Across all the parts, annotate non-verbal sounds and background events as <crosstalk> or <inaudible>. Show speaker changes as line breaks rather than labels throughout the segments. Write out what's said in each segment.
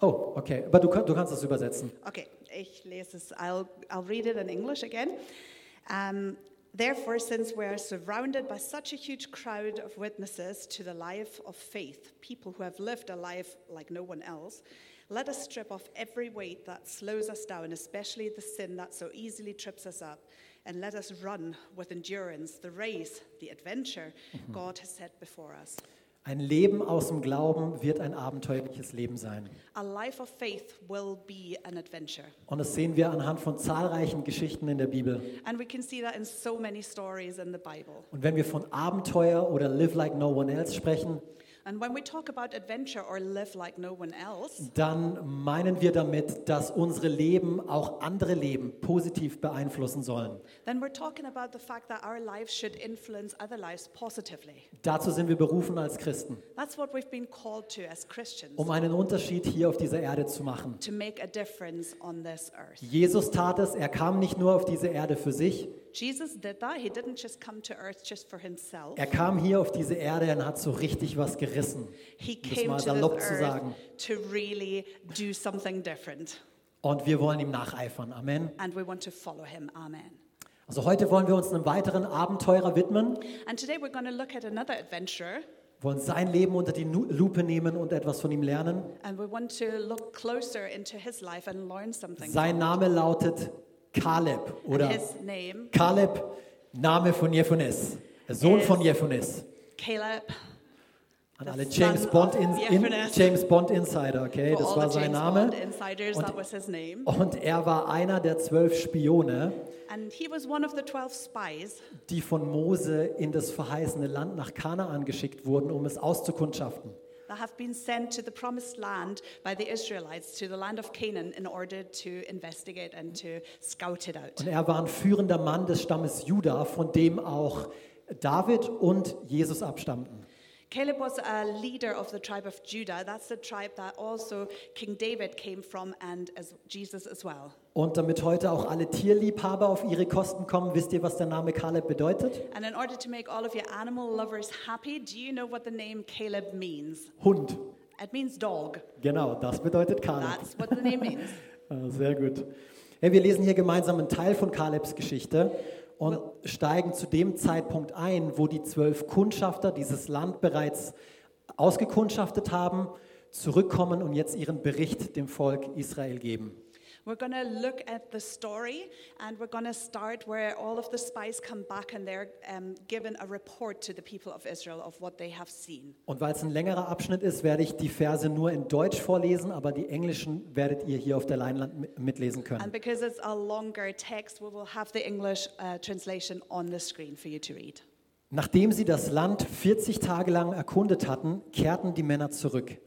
Oh, okay. Aber du, kann- du kannst das übersetzen.
Okay, ich lese es. I'll, I'll read it in English again. Um, Therefore, since we are surrounded by such a huge crowd of witnesses to the life of faith, people who have lived a life like no one else, let us strip off every weight that slows us down, especially the sin that so easily trips us up, and let us run with endurance the race, the adventure God has set before us.
Ein Leben aus dem Glauben wird ein abenteuerliches Leben sein.
A life of faith will be an adventure.
Und das sehen wir anhand von zahlreichen Geschichten in der Bibel.
And we can see that in so many stories in the Bible.
Und wenn wir von Abenteuer oder Live Like No One Else sprechen,
And when we talk about adventure or live like no one else,
dann meinen wir damit, dass unsere Leben auch andere Leben positiv beeinflussen sollen.
then we're talking about the fact that our lives should influence other lives positively.
Dazu sind wir berufen als Christen,
That's what we've been called to as Christians
um einen Unterschied hier auf dieser Erde zu machen.
to make a difference on this earth.
Jesus tat es, er kam nicht nur auf diese Erde für sich,
Jesus did that. He didn't just come to earth just for himself.
er kam hier auf diese Erde und hat so richtig was gerissen.
He
Um das
came
mal
to this
salopp zu
earth
sagen.
to really do something different.
Und wir wollen ihm nacheifern. Amen.
And we want to follow him. Amen.
Also heute wollen wir uns einem weiteren Abenteurer widmen,
And today we're going to look at another adventurer
wollen sein Leben unter die Nu- Lupe nehmen und etwas von ihm lernen.
and we want to look closer into his life and learn something.
Sein Name lautet Kaleb oder
His name
Kaleb, Name von Jephunes, der Sohn
Es-
von Jephunes.
Caleb.
An
Das
alle
ist
James
dann
Bond,
auch
in, in,
Jephunes.
James Bond Insider, okay,
For
das
all
war
the
sein
James
Name.
Bond insiders,
Und-
that was his name.
Und er war einer der zwölf Spione,
And he was one of the 12 spies
die von Mose in das verheißene Land nach Kanaan geschickt wurden, um es auszukundschaften.
that have been sent to the promised land by the Israelites, to the land of Canaan, in order to investigate and to scout it out.
Und er war ein führender Mann des Stammes Juda, von dem auch David und Jesus abstammten.
Caleb was a leader of the tribe of Judah. That's the tribe that also King David came from and as Jesus as well.
Und damit heute auch alle Tierliebhaber auf ihre Kosten kommen, wisst ihr, was der Name Kaleb bedeutet?
And in order to make all of your animal lovers happy, do you know what the name Caleb means?
Hund.
It means dog.
Genau, das bedeutet Kaleb.
That's what the name means.
Ah, Sehr gut. Hey, wir lesen hier gemeinsam einen Teil von Kalebs Geschichte und steigen zu dem Zeitpunkt ein, wo die zwölf Kundschafter dieses Land bereits ausgekundschaftet haben, zurückkommen und jetzt ihren Bericht dem Volk Israel geben.
We're going to look at the story and we're going to start where all of the spies come back and they're um, given a report to the people of Israel of what they have seen.
Und weil es ein längerer Abschnitt ist, werde ich die Verse nur in Deutsch vorlesen, aber die englischen werdet ihr hier auf der Leinwand mi- mitlesen
And
können.
because it's a longer text, we will have the English uh, translation on the screen for you to read.
Nachdem sie das Land 40 Tage lang erkundet hatten, kehrten die Männer zurück.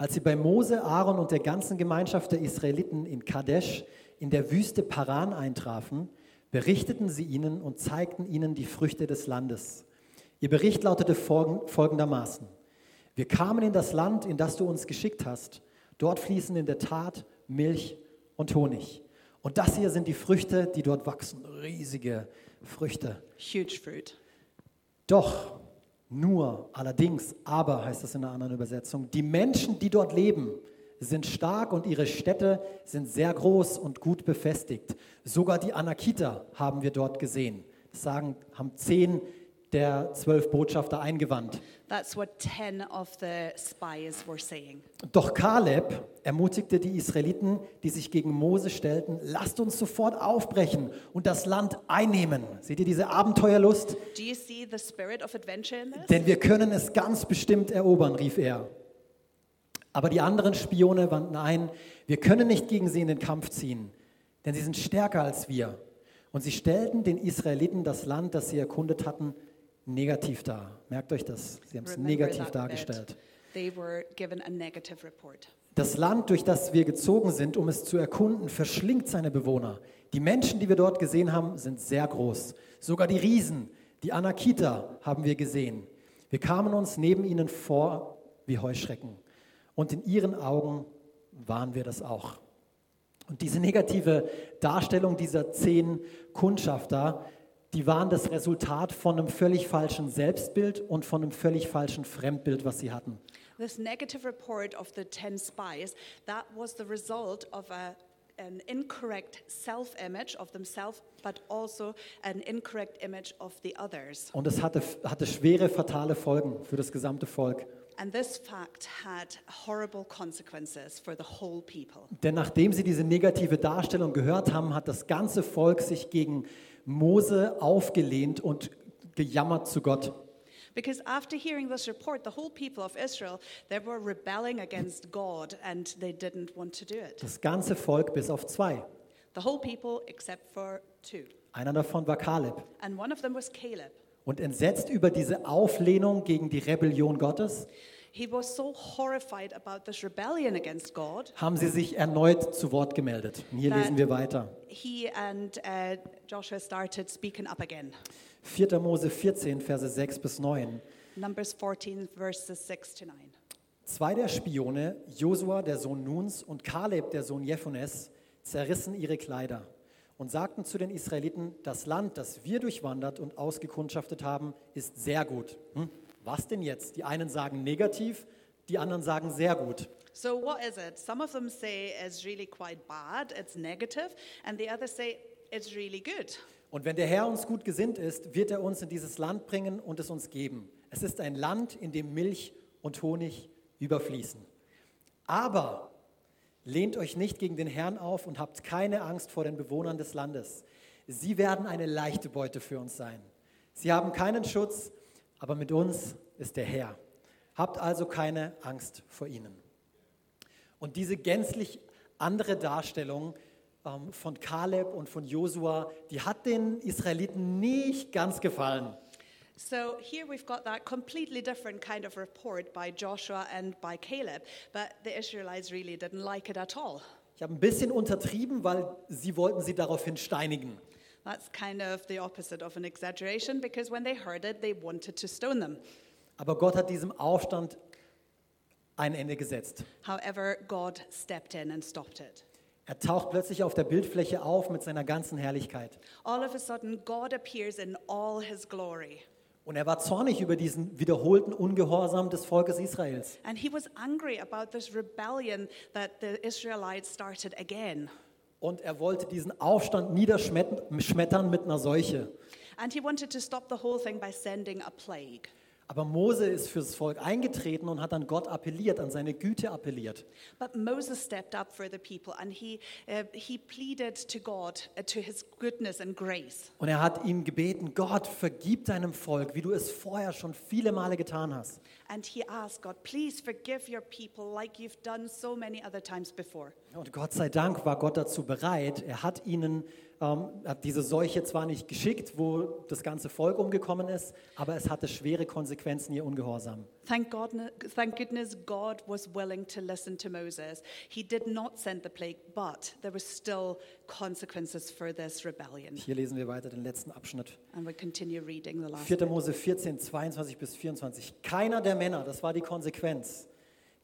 Als sie bei Mose, Aaron und der ganzen Gemeinschaft der Israeliten in Kadesh in der Wüste Paran eintrafen, berichteten sie ihnen und zeigten ihnen die Früchte des Landes. Ihr Bericht lautete folgen- folgendermaßen. Wir kamen in das Land, in das du uns geschickt hast. Dort fließen in der Tat Milch und Honig. Und das hier sind die Früchte, die dort wachsen. Riesige Früchte.
Huge fruit.
Doch, nur, allerdings, aber heißt es in einer anderen Übersetzung, die Menschen, die dort leben, sind stark und ihre Städte sind sehr groß und gut befestigt. Sogar die Anakiter haben wir dort gesehen. Das sagen, haben zehn der zwölf Botschafter eingewandt.
That's what 10 of the spies were saying.
Doch Kaleb ermutigte die Israeliten, die sich gegen Mose stellten, lasst uns sofort aufbrechen und das Land einnehmen. Seht ihr diese Abenteuerlust?
Do you see the spirit of adventure in this?
Denn wir können es ganz bestimmt erobern, rief er. Aber die anderen Spione wandten ein, wir können nicht gegen sie in den Kampf ziehen, denn sie sind stärker als wir. Und sie stellten den Israeliten das Land, das sie erkundet hatten, negativ dar. Merkt euch das, sie haben es
Remember
negativ
that bit.
dargestellt.
They were given a negative report.
Das Land, durch das wir gezogen sind, um es zu erkunden, verschlingt seine Bewohner. Die Menschen, die wir dort gesehen haben, sind sehr groß. Sogar die Riesen, die Anakita, haben wir gesehen. Wir kamen uns neben ihnen vor wie Heuschrecken. Und in ihren Augen waren wir das auch. Und diese negative Darstellung dieser zehn Kundschafter, die waren das Resultat von einem völlig falschen Selbstbild und von einem völlig falschen Fremdbild, was sie hatten.
This negative report of the 10 spies, that was the result of a, an incorrect self image of themselves, but also an incorrect image of the others.
Und es hatte, hatte schwere, fatale Folgen für das gesamte Volk.
And this fact had horrible consequences for the whole people.
Denn nachdem sie diese negative Darstellung gehört haben, hat das ganze Volk sich gegen Mose aufgelehnt und gejammert zu Gott.
Because after hearing this report, the whole people of Israel, they were rebelling against God and they didn't want to do it.
Das ganze Volk bis auf zwei.
The whole people except for two.
Einer davon war Kaleb.
And one of them was Caleb.
Und entsetzt über diese Auflehnung gegen die Rebellion Gottes,
He was so horrified about this rebellion against God,
haben sie sich erneut zu Wort gemeldet. Und hier
Nein.
lesen wir weiter.
he and uh, Joshua started speaking up again.
4. Mose 14, Verse 6 bis 9.
Numbers 14, verses 6 to 9.
Zwei der Spione, Josua der Sohn Nuns und Kaleb der Sohn Jephunes, zerrissen ihre Kleider und sagten zu den Israeliten, das Land, das wir durchwandert und ausgekundschaftet haben, ist sehr gut. Hm? Was denn jetzt? Die einen sagen negativ, die anderen sagen sehr gut.
So, what is it? Some of them say it's really quite bad, it's negative, and the others say it's really good.
Und wenn der Herr uns gut gesinnt ist, wird er uns in dieses Land bringen und es uns geben. Es ist ein Land, in dem Milch und Honig überfließen. Aber lehnt euch nicht gegen den Herrn auf und habt keine Angst vor den Bewohnern des Landes. Sie werden eine leichte Beute für uns sein. Sie haben keinen Schutz, aber mit uns ist der Herr. Habt also keine Angst vor ihnen. Und diese gänzlich andere Darstellung ähm, von Kaleb und von Josua, die hat den Israeliten nicht ganz gefallen.
So here we've got that completely different kind of report by Joshua and by Caleb, but the Israelites really didn't like it at all.
Ich habe ein bisschen untertrieben, weil sie wollten sie daraufhin steinigen.
That's kind of the opposite of an exaggeration because when they heard it, they wanted to stone them.
Aber Gott hat diesem Aufstand ein Ende gesetzt.
However, God stepped in and stopped it.
Er taucht plötzlich auf der Bildfläche auf mit seiner ganzen Herrlichkeit.
All of a sudden, God appears in all his glory.
Und er war zornig über diesen wiederholten Ungehorsam des Volkes Israels.
And he was angry about this rebellion that the Israelites started again.
Und er wollte diesen Aufstand niederschmettern mit einer Seuche.
And he wanted to stop the whole thing by sending a plague.
Aber Mose ist fürs Volk eingetreten und hat an Gott appelliert, an seine Güte appelliert.
But Moses stepped up for the people and he, uh, he pleaded to God, uh, to his goodness and grace.
Und er hat ihn gebeten, Gott, vergib deinem Volk, wie du es vorher schon viele Male getan hast.
And he asked God, please forgive your people like you've done so many other times before.
Und Gott sei Dank war Gott dazu bereit. Er hat ihnen ähm, hat diese Seuche zwar nicht geschickt, wo das ganze Volk umgekommen ist, aber es hatte schwere Konsequenzen, ihr Ungehorsam.
Thank, God, thank goodness God was willing to listen to Moses. He did not send the plague, but there were still consequences for this rebellion.
Hier lesen wir weiter den letzten Abschnitt.
And we continue reading the last.
4. Mose 14, 22 bis 24. Keiner der Männer, das war die Konsequenz,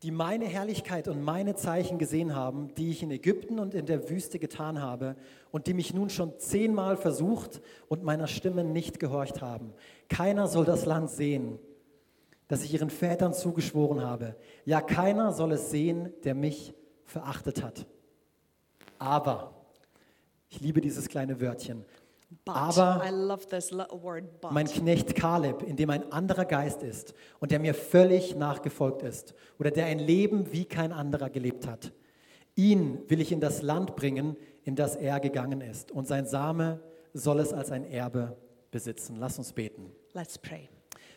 die meine Herrlichkeit und meine Zeichen gesehen haben, die ich in Ägypten und in der Wüste getan habe und die mich nun schon zehnmal versucht und meiner Stimme nicht gehorcht haben. Keiner soll das Land sehen, das ich ihren Vätern zugeschworen habe. Ja, keiner soll es sehen, der mich verachtet hat. Aber, ich liebe dieses kleine Wörtchen,
But
Aber-
I love this little word, but.
mein Knecht Kaleb, in dem ein anderer Geist ist und der mir völlig nachgefolgt ist oder der ein Leben wie kein anderer gelebt hat. Ihn will ich in das Land bringen, in das er gegangen ist und sein Same soll es als ein Erbe besitzen. Lass uns beten.
Let's pray.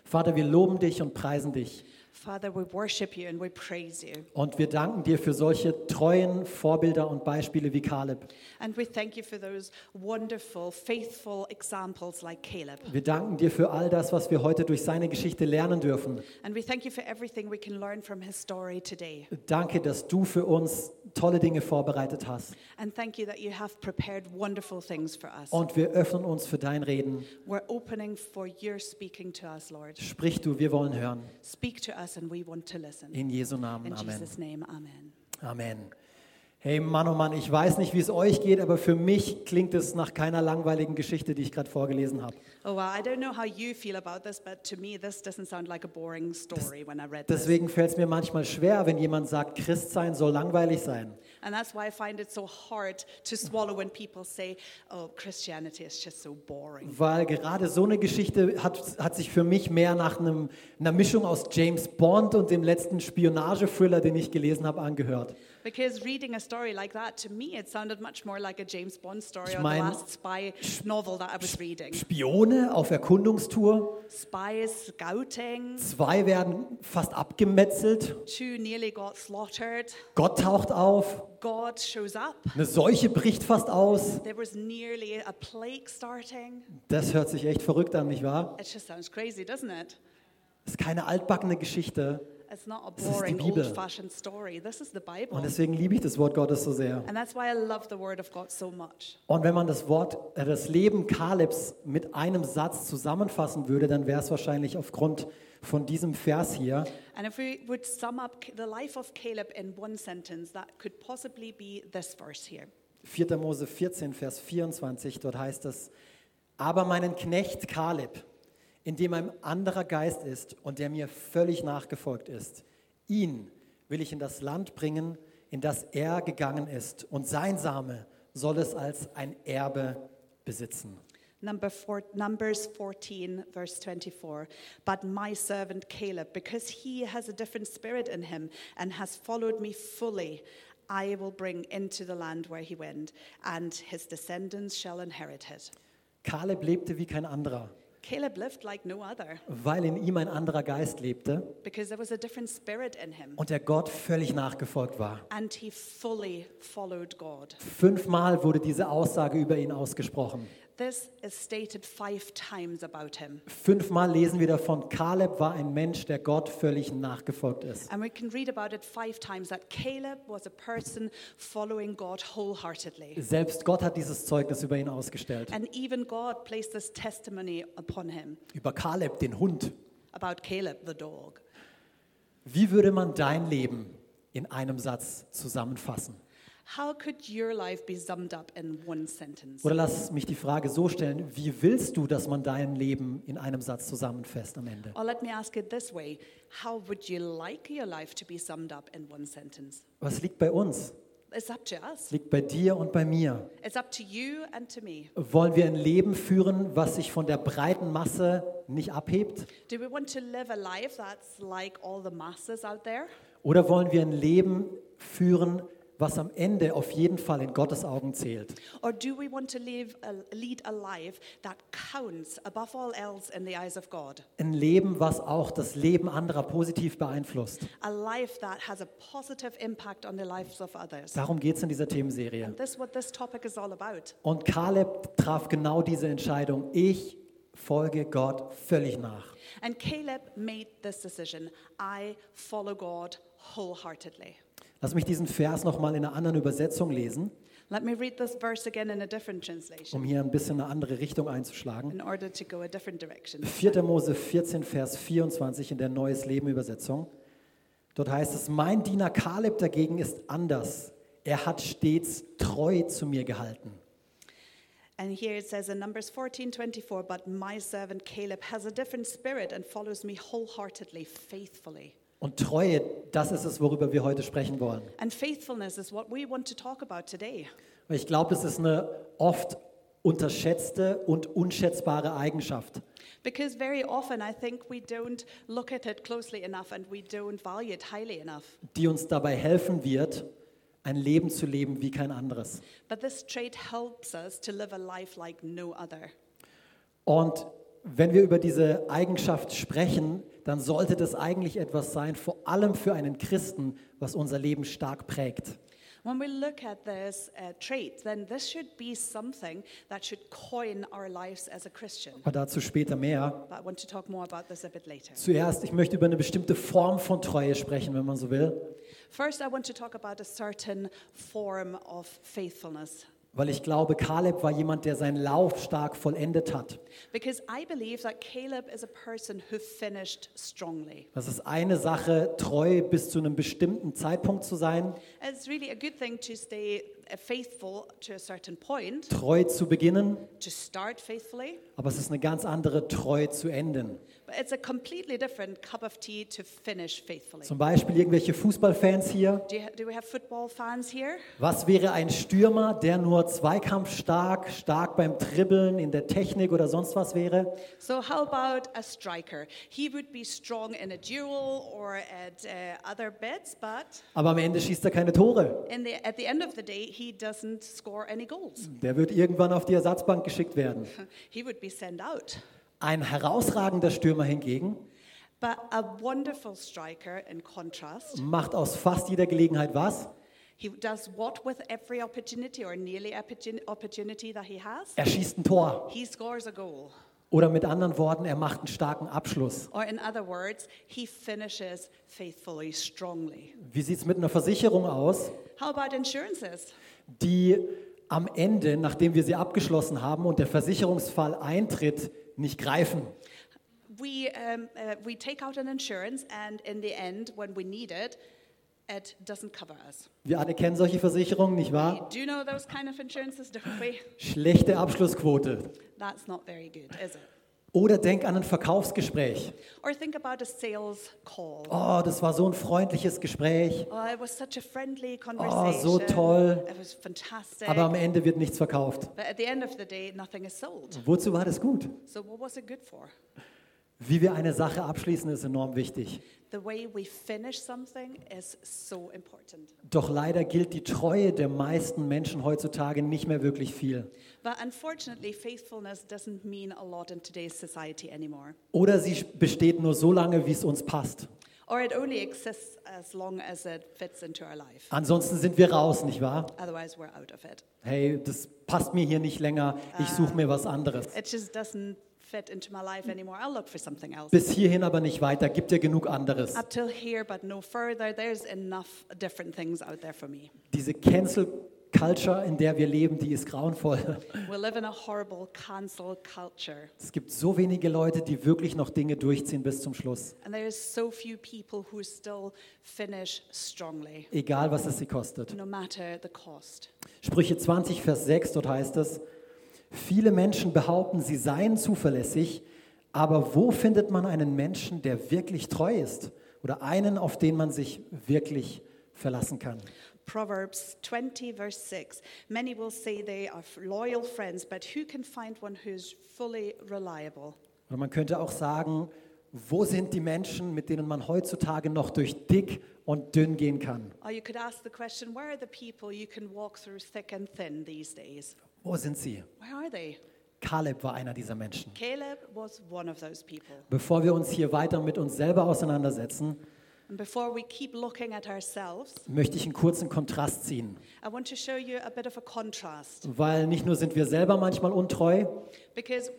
Vater, wir loben dich und preisen dich
Father, we worship you and we praise you.
und wir danken dir für solche treuen Vorbilder und Beispiele wie Kaleb.
And we thank you for those wonderful, faithful examples like Caleb.
Wir danken dir für all das, was wir heute durch seine Geschichte lernen dürfen.
And we thank you for everything we can learn from his story today.
Danke, dass du für uns tolle Dinge vorbereitet hast.
And thank you that you have prepared wonderful things for us.
Und wir öffnen uns für dein Reden.
We're opening for your speaking to us, Lord.
Sprich du, wir wollen hören.
Speak to us and we want to listen.
In Jesu Namen.
In
Amen.
Jesus' name, amen.
Amen. Hey Mann, oh Mann, ich weiß nicht, wie es euch geht, aber für mich klingt es nach keiner langweiligen Geschichte, die ich gerade vorgelesen habe.
Oh, well, I don't know how you feel about this, but to me, this doesn't sound like a boring story when I read this.
Deswegen fällt es mir manchmal schwer, wenn jemand sagt, Christ sein soll langweilig sein.
And that's why I find it so hard to swallow when people say, oh, Christianity is just so boring.
Weil gerade so eine Geschichte hat, hat sich für mich mehr nach einem, einer Mischung aus James Bond und dem letzten Spionage-Thriller, den ich gelesen habe, angehört.
Because reading a story like that, to me, it sounded much more like a James Bond story
Ich
or
mein-
the last spy novel that I was reading.
Spione auf Erkundungstour,
Spies scouting,
zwei werden fast abgemetzelt,
two nearly got slaughtered,
Gott taucht auf,
God shows up.
eine Seuche bricht fast aus.
There was nearly a plague starting.
Das hört sich echt verrückt an, nicht wahr?
It just sounds crazy, doesn't it?
Das ist keine altbackene Geschichte
It's not a
ist die
boring,
Bibel.
old fashioned story. This is the Bible.
und deswegen liebe ich das Wort Gottes so sehr.
And that's why I love the Word of God so much.
Und wenn man das Wort, äh, das Leben Kalebs mit einem Satz zusammenfassen würde, dann wäre es wahrscheinlich aufgrund von diesem Vers hier,
And if we would sum up the life of Caleb in one sentence, that could possibly be this verse here.
4. Mose 14, Vers 24, dort heißt es, aber meinen Knecht Kaleb, in dem ein anderer Geist ist und der mir völlig nachgefolgt ist, ihn will ich in das Land bringen, in das er gegangen ist, und sein Same soll es als ein Erbe besitzen.
Number four, Numbers 14, verse 24. But my servant Caleb, because he has a different spirit in him and has followed me fully, I will bring into the land where he went, and his descendants shall inherit it.
Kaleb lebte wie kein anderer,
Caleb lived like no other
weil in ihm ein anderer Geist lebte
because there was a different spirit in him,
und der Gott völlig nachgefolgt war.
and he fully followed God.
Fünfmal wurde diese Aussage über ihn ausgesprochen.
This is stated five times about him.
Fünfmal lesen wir davon, Kaleb war ein Mensch, der Gott völlig nachgefolgt ist.
And we can read about it five times that Caleb was a person following God wholeheartedly.
Selbst Gott hat dieses Zeugnis über ihn ausgestellt.
And even God placed this testimony upon him
Über Kaleb, den Hund.
about Caleb the dog.
Wie würde man dein Leben in einem Satz zusammenfassen?
How could your life be summed up in one sentence?
Oder lass mich die Frage so stellen, wie willst du, dass man dein Leben in einem Satz zusammenfasst am Ende?
Or let me ask it this way How would you like your life to be summed up in one sentence?
Was liegt bei uns?
It's up to us.
Es liegt bei dir und bei mir.
It's up to you and to me.
Wollen wir ein Leben führen, was sich von der breiten Masse nicht abhebt?
Do we want to live a life that's like all the masses out there?
Oder wollen wir ein Leben führen, was am Ende auf jeden Fall in Gottes Augen zählt?
Or do we want to live a, lead a life that counts above all else in the eyes of God?
Ein Leben, was auch das Leben anderer positiv beeinflusst.
A life that has a positive impact on the lives of others.
Darum geht es in dieser Themenserie.
This is what this topic is all about.
Und Kaleb traf genau diese Entscheidung. Ich folge Gott völlig nach.
And Caleb made this decision I follow God wholeheartedly.
Lass mich diesen Vers nochmal in einer anderen Übersetzung lesen,
Let me read this verse again in a different translation
um hier ein bisschen eine andere Richtung einzuschlagen.
in order to go a different direction.
4. Mose 14, Vers 24 in der Neues Leben Übersetzung. Dort heißt es, mein Diener Kaleb dagegen ist anders. Er hat stets treu zu mir gehalten.
And here it says in Numbers 14 24, but my servant Caleb has a different spirit and follows me wholeheartedly, faithfully.
Und Treue, das ist es, worüber wir heute sprechen wollen.
And faithfulness is what we want to talk about today.
Weil Ich glaube, es ist eine oft unterschätzte und unschätzbare Eigenschaft.
Because very often I think we don't look at it closely enough and we don't value it highly enough.
die uns dabei helfen wird, ein Leben zu leben wie kein anderes.
But this trait helps us to live a life like no other.
Und wenn wir über diese Eigenschaft sprechen, dann sollte das eigentlich etwas sein, vor allem für einen Christen, was unser Leben stark prägt.
When we look at this uh, trait, then this should be something that should coin our lives as a Christian.
Aber dazu später mehr.
But I want to talk more about this a bit later.
Zuerst, ich möchte über eine bestimmte Form von Treue sprechen, wenn man so will,
First, I want to talk about a certain form of faithfulness.
weil ich glaube, Kaleb war jemand, der seinen Lauf stark vollendet hat.
Because I believe that Caleb is a person who finished strongly.
Das ist eine Sache, treu bis zu einem bestimmten Zeitpunkt zu sein,
It's really a good thing to stay uh, faithful to a certain point,
treu zu beginnen,
to start faithfully,
aber es ist eine ganz andere treu zu enden.
but it's a completely different cup of tea to finish faithfully.
Zum Beispiel irgendwelche Fußballfans hier.
do, you, do we have football fans here?
Was wäre ein Stürmer, der nur zweikampfstark, stark beim Dribbeln, in der Technik oder sonst was wäre?
So, how about a striker? He would be strong in a duel or at uh, other bits, but
Aber am Ende schießt er keine Tore.
in the, at the end of the day, he doesn't score any goals.
Der wird irgendwann auf die Ersatzbank geschickt werden.
He would be sent out.
Ein herausragender Stürmer hingegen
But a wonderful striker, in contrast,
macht aus fast jeder Gelegenheit was?
he does what with every opportunity or nearly opportun- opportunity that he has?
Er schießt ein Tor.
He scores a goal.
Oder mit anderen Worten, er macht einen starken Abschluss.
Or, in other words, he finishes faithfully, strongly.
Wie sieht es mit einer Versicherung aus,
How about insurances?
die am Ende, nachdem wir sie abgeschlossen haben und der Versicherungsfall eintritt, nicht greifen?
We, um, uh, we take out an insurance, and in the end, when we need it, it doesn't cover us.
Wir alle kennen solche Versicherungen, nicht
We
wahr?
do know those kind of insurances, don't we?
Schlechte Abschlussquote.
That's not very good, is it?
Oder denk an ein Verkaufsgespräch.
Or think about a sales call.
Oh, das war so ein freundliches Gespräch,
Oh, it was such a friendly conversation.
toll.
It was fantastic.
aber am Ende wird nichts verkauft.
but at the end of the day, nothing is sold.
Wozu war das gut?
So, what was it good for?
Wie wir eine Sache abschließen, ist enorm wichtig.
The way we finish something is so important.
Doch leider gilt die Treue der meisten Menschen heutzutage nicht mehr wirklich viel.
But unfortunately, faithfulness doesn't mean a lot in today's society anymore.
Oder sie besteht nur so lange, wie es uns passt.
Or it only exists as long as it fits into our life.
Ansonsten sind wir raus, nicht wahr?
Otherwise, we're out of it.
Hey, das passt mir hier nicht länger. Ich suche mir was anderes.
It just doesn't fit into my life anymore. I'll look for something else.
Bis hierhin aber nicht weiter. Gibt ja genug anderes.
Up till here, but no further. There's enough different things out there for me.
Diese Cancel Culture, in der wir leben, die ist grauenvoll. <laughs>
We live in a horrible cancel culture,
Es gibt so wenige Leute, die wirklich noch Dinge durchziehen bis zum Schluss.
and there is so few people who still finish strongly,
Egal, was es sie kostet.
no matter the cost.
Sprüche 20, Vers 6, dort heißt es, viele Menschen behaupten, sie seien zuverlässig, aber wo findet man einen Menschen, der wirklich treu ist oder einen, auf den man sich wirklich verlassen kann?
Proverbs 20, verse 6. Many will say they are loyal friends, but who can find one who's fully reliable?
Oder man könnte auch sagen, wo sind die Menschen, mit denen man heutzutage noch durch dick und dünn gehen kann?
Or you could ask the question where are the people you can walk through thick and thin these days?
Wo sind sie?
Where are they?
Kaleb war einer dieser Menschen.
Caleb was one of those people.
Bevor wir uns hier weiter mit uns selber auseinandersetzen,
And before we keep looking at ourselves,
möchte ich einen kurzen Kontrast ziehen.
I want to show you a bit of a contrast
Weil nicht nur sind wir selber manchmal untreu,
because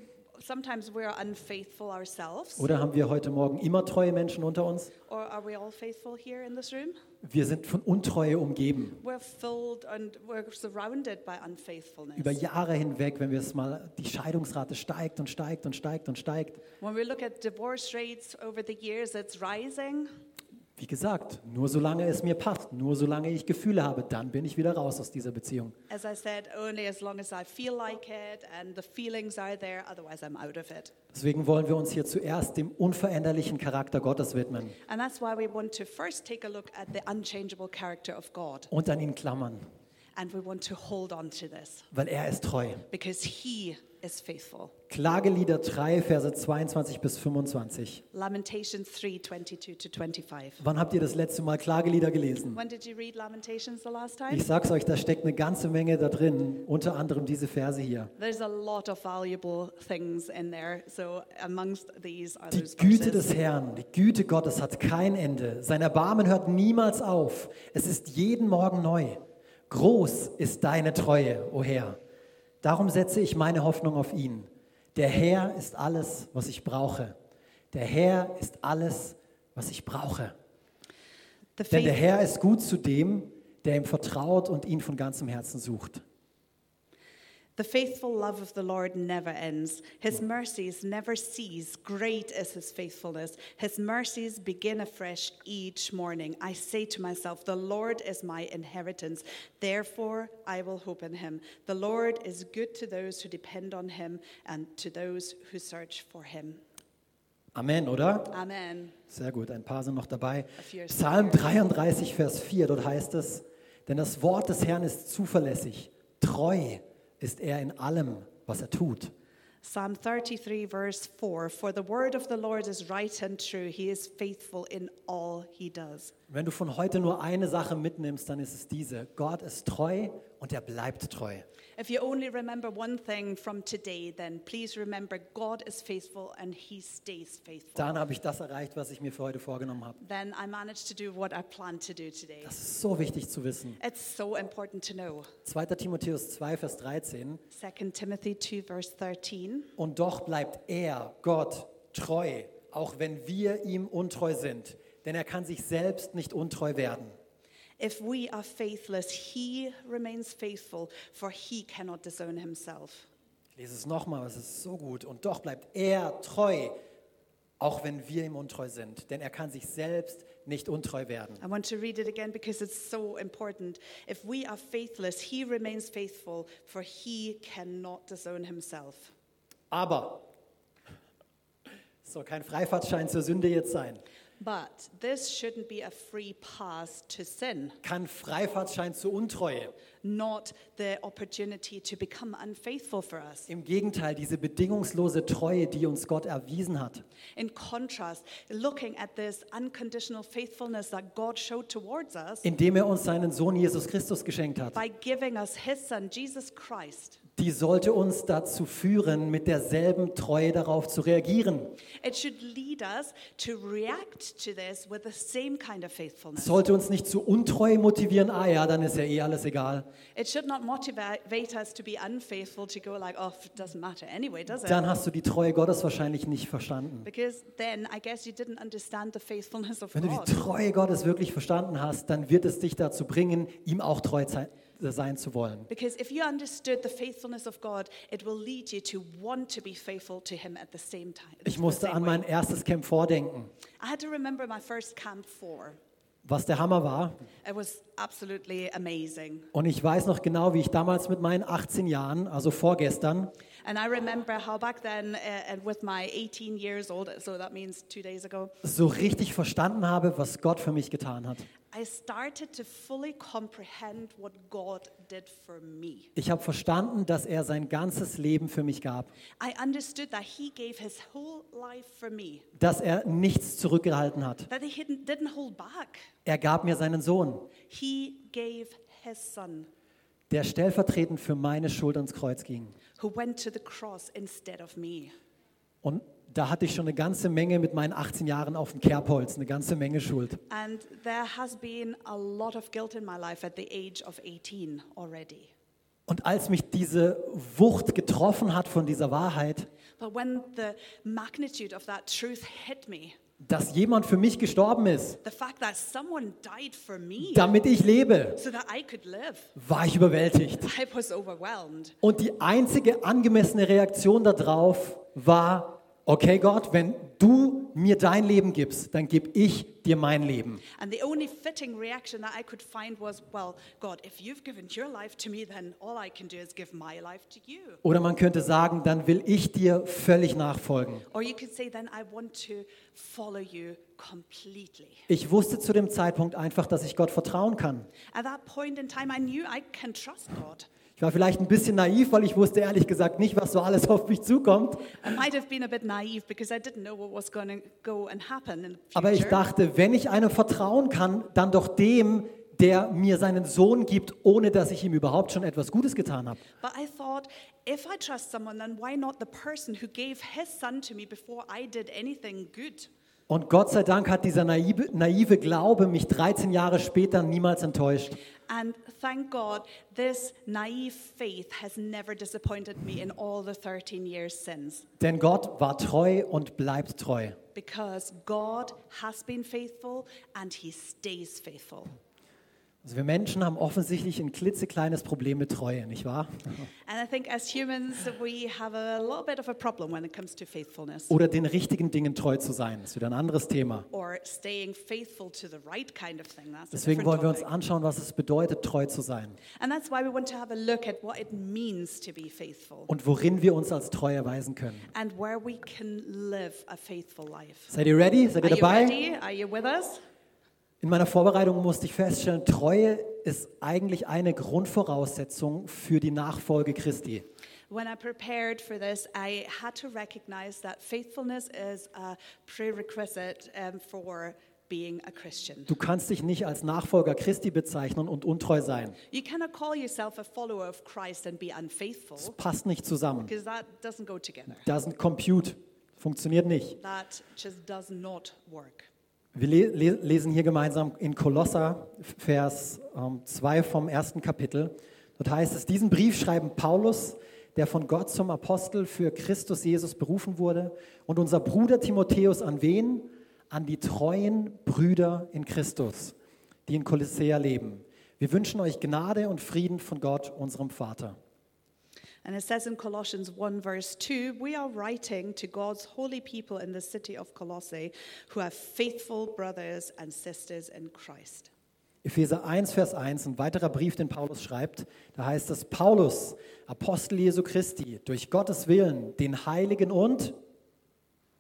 sometimes we're unfaithful ourselves.
Oder haben wir heute Morgen immer treue Menschen unter uns?
Or are we all faithful here in this room?
Wir sind von Untreue umgeben.
We're filled and we're surrounded by unfaithfulness.
Über Jahre hinweg, wenn wir es mal, die Scheidungsrate steigt und steigt und steigt und steigt.
When we look at divorce rates over the years, it's rising.
Wie gesagt, nur solange es mir passt, nur solange ich Gefühle habe, dann bin ich wieder raus aus dieser Beziehung.
As I said, only as long as I feel like it and the feelings are there, otherwise I'm out of it.
Deswegen wollen wir uns hier zuerst dem unveränderlichen Charakter Gottes widmen
And that's why we want to first take a look at the unchangeable character of God.
und an ihn klammern,
And we want to hold on to this
weil er ist treu.
because He is faithful.
Klagelieder 3, Verse 22 bis 25.
Lamentations 3 22 to 25.
Wann habt ihr das letzte Mal Klagelieder gelesen?
When did you read Lamentations the last
Ich
time?
sag's euch, da steckt eine ganze Menge da drin, unter anderem diese Verse hier.
There's a lot of valuable things in there. So, amongst these are
Die
those
Güte
verses.
des Herrn, die Güte Gottes hat kein Ende. Sein Erbarmen hört niemals auf. Es ist jeden Morgen neu. Groß ist deine Treue, o Herr. Darum setze ich meine Hoffnung auf ihn. Der Herr ist alles, was ich brauche. Der Herr ist alles, was ich brauche.
The
Denn der
faith,
Herr ist gut zu dem, der ihm vertraut und ihn von ganzem Herzen sucht.
The faithful love of the Lord never ends. His mercies never cease. Great is his faithfulness. His mercies begin afresh each morning. I say to myself, The Lord is my inheritance. Therefore, I will hope in him. The Lord is good to those who depend on him and to those who search for him.
Amen, oder?
Amen.
Sehr gut, ein paar sind noch dabei.
few are still
Psalm 33, Vers 4, dort heißt es, denn das Wort des Herrn ist zuverlässig, treu ist er in allem, was er tut.
Psalm 33, verse 4 For the word of the Lord is right and true. He is faithful in all he does.
Wenn du von heute nur eine Sache mitnimmst, dann ist es diese. Gott ist treu und er bleibt treu.
If you only remember one thing from today, then please remember God is faithful and he stays faithful.
Dann habe ich das erreicht, was ich mir für heute vorgenommen habe.
Then I managed to do what I planned to do today.
Das ist so wichtig zu wissen.
It's so important to know.
2. Timotheus 2, Vers 13.
2 Timothy 2, verse 13.
Und doch bleibt er, Gott, treu, auch wenn wir ihm untreu sind. Denn er kann sich selbst nicht untreu werden.
If we are faithless, he remains faithful, for he cannot disown himself.
Ich lese es nochmal, es ist so gut. Und doch bleibt er treu, auch wenn wir ihm untreu sind. Denn er kann sich selbst nicht untreu werden.
I want to read it again because it's so important. If we are faithless, he remains faithful, for he cannot disown himself.
Aber es soll kein Freifahrtschein zur Sünde jetzt sein.
But this shouldn't be a free pass to sin,
Kein Freifahrtschein zur Untreue.
not the opportunity to become unfaithful for us.
Im Gegenteil, diese bedingungslose Treue, die uns Gott erwiesen hat,
In contrast, looking at this unconditional faithfulness that God showed towards us
indem er uns seinen Sohn Jesus Christus geschenkt hat,
by giving us his son, Jesus Christ,
die sollte uns dazu führen, mit derselben Treue darauf zu reagieren.
it should lead us to react to this with the same kind of faithfulness.
Sollte uns nicht zu Untreue motivieren, ah ja, dann ist ja eh alles egal.
It should not motivate us to be unfaithful, to go like, oh, it doesn't matter anyway, does it?
Dann hast du die Treue Gottes wahrscheinlich nicht verstanden.
Because then I guess you didn't understand the faithfulness of
Wenn du
God.
die Treue Gottes wirklich verstanden hast, dann wird es dich dazu bringen, ihm auch treu zei- sein zu wollen.
Because if you understood the faithfulness of God, it will lead you to want to be faithful to Him at the same time.
Ich
the
musste
same
an
way.
mein erstes Camp vordenken,
I had to remember my first camp four.
was der Hammer war.
It was absolutely amazing.
Und ich weiß noch genau, wie ich damals mit meinen 18 Jahren, also vorgestern,
And I remember how back then, uh, and with my 18 years old, so that means two days ago,
so richtig verstanden habe, was Gott für mich getan hat.
I started to fully comprehend what God did for me.
Ich habe verstanden, dass er sein ganzes Leben für mich gab,
I understood that he gave his whole life for me,
dass er nichts zurückgehalten hat.
that he hidden- didn't hold back.
Er gab mir seinen Sohn,
He gave his son,
der stellvertretend für meine Schuld ans Kreuz ging.
who went to the cross instead of me.
Und da hatte ich schon eine ganze Menge mit meinen 18 Jahren auf dem Kerbholz, eine ganze Menge Schuld.
And there has been a lot of guilt in my life at the age of 18 already.
Und als mich diese Wucht getroffen hat von dieser Wahrheit,
But when the magnitude of that truth hit me,
dass jemand für mich gestorben ist,
the fact that someone died for me
damit ich lebe,
so that I could live, <laughs>
war ich überwältigt.
I was overwhelmed.
Und die einzige angemessene Reaktion darauf war, okay Gott, wenn du mir dein Leben gibst, dann gebe ich dir mein Leben.
And the only fitting reaction that I could find was, well, God, if you've given your life to me, then all I can do is give my life to you.
Oder man könnte sagen, dann will ich dir völlig nachfolgen.
Or you could say, then I want to follow you completely.
Ich wusste zu dem Zeitpunkt einfach, dass ich Gott vertrauen kann.
At that point in time, I knew I can trust God.
Ich war vielleicht ein bisschen naiv, weil ich wusste ehrlich gesagt nicht, was so alles auf mich zukommt.
I might have been a bit naive because I didn't know what was going to go and happen in
Aber
the
ich
future.
dachte, wenn ich einem vertrauen kann, dann doch dem, der mir seinen Sohn gibt, ohne dass ich ihm überhaupt schon etwas Gutes getan habe.
but I thought, if I trust someone, then why not the person who gave his son to me before I did anything good?
Und Gott sei Dank hat dieser naive, naive Glaube mich 13 Jahre später niemals enttäuscht.
And thank God, this naive faith has never disappointed me in all the 13 years since.
Denn Gott war treu und bleibt treu.
Because God has been faithful and He stays faithful.
Also wir Menschen haben offensichtlich ein klitzekleines Problem mit Treue, nicht wahr?
And I think as humans, we have a little bit of a problem when it comes to faithfulness
Oder den richtigen Dingen treu zu sein, ist wieder ein anderes Thema.
or staying faithful to the right kind of thing. That's a
Deswegen
different
wollen wir uns
topic.
anschauen, was es bedeutet, treu zu sein
And that's why we want to have a look at what it means to be faithful
und worin wir uns als treu erweisen können.
and where we can live a faithful life.
Seid ihr ready? Seid
Are
ihr
you
dabei?
ready? Are you with us?
In meiner Vorbereitung musste ich feststellen, Treue ist eigentlich eine Grundvoraussetzung für die Nachfolge Christi.
When I prepared for this, I had to recognize that faithfulness is a prerequisite um, for being a Christian.
Du kannst dich nicht als Nachfolger Christi bezeichnen und untreu sein.
You cannot call yourself a follower of Christ and be
Das
unfaithful
passt nicht zusammen.
because that doesn't go together.
Doesn't compute. Funktioniert nicht.
That just does not work.
Wir le le lesen hier gemeinsam in Kolosser, Vers 2 vom ersten Kapitel. Dort heißt es, diesen Brief schreiben Paulus, der von Gott zum Apostel für Christus Jesus berufen wurde, und unser Bruder Timotheus an wen? An die treuen Brüder in Christus, die in Kolossea leben. Wir wünschen euch Gnade und Frieden von Gott, unserem Vater.
And it says in Colossians 1, verse 2, we are writing to God's holy people in the city of Colossae who are faithful brothers and sisters in Christ.
Epheser 1, Vers 1, ein weiterer Brief, den Paulus schreibt, da heißt es, Paulus, Apostel Jesu Christi, durch Gottes Willen, den Heiligen und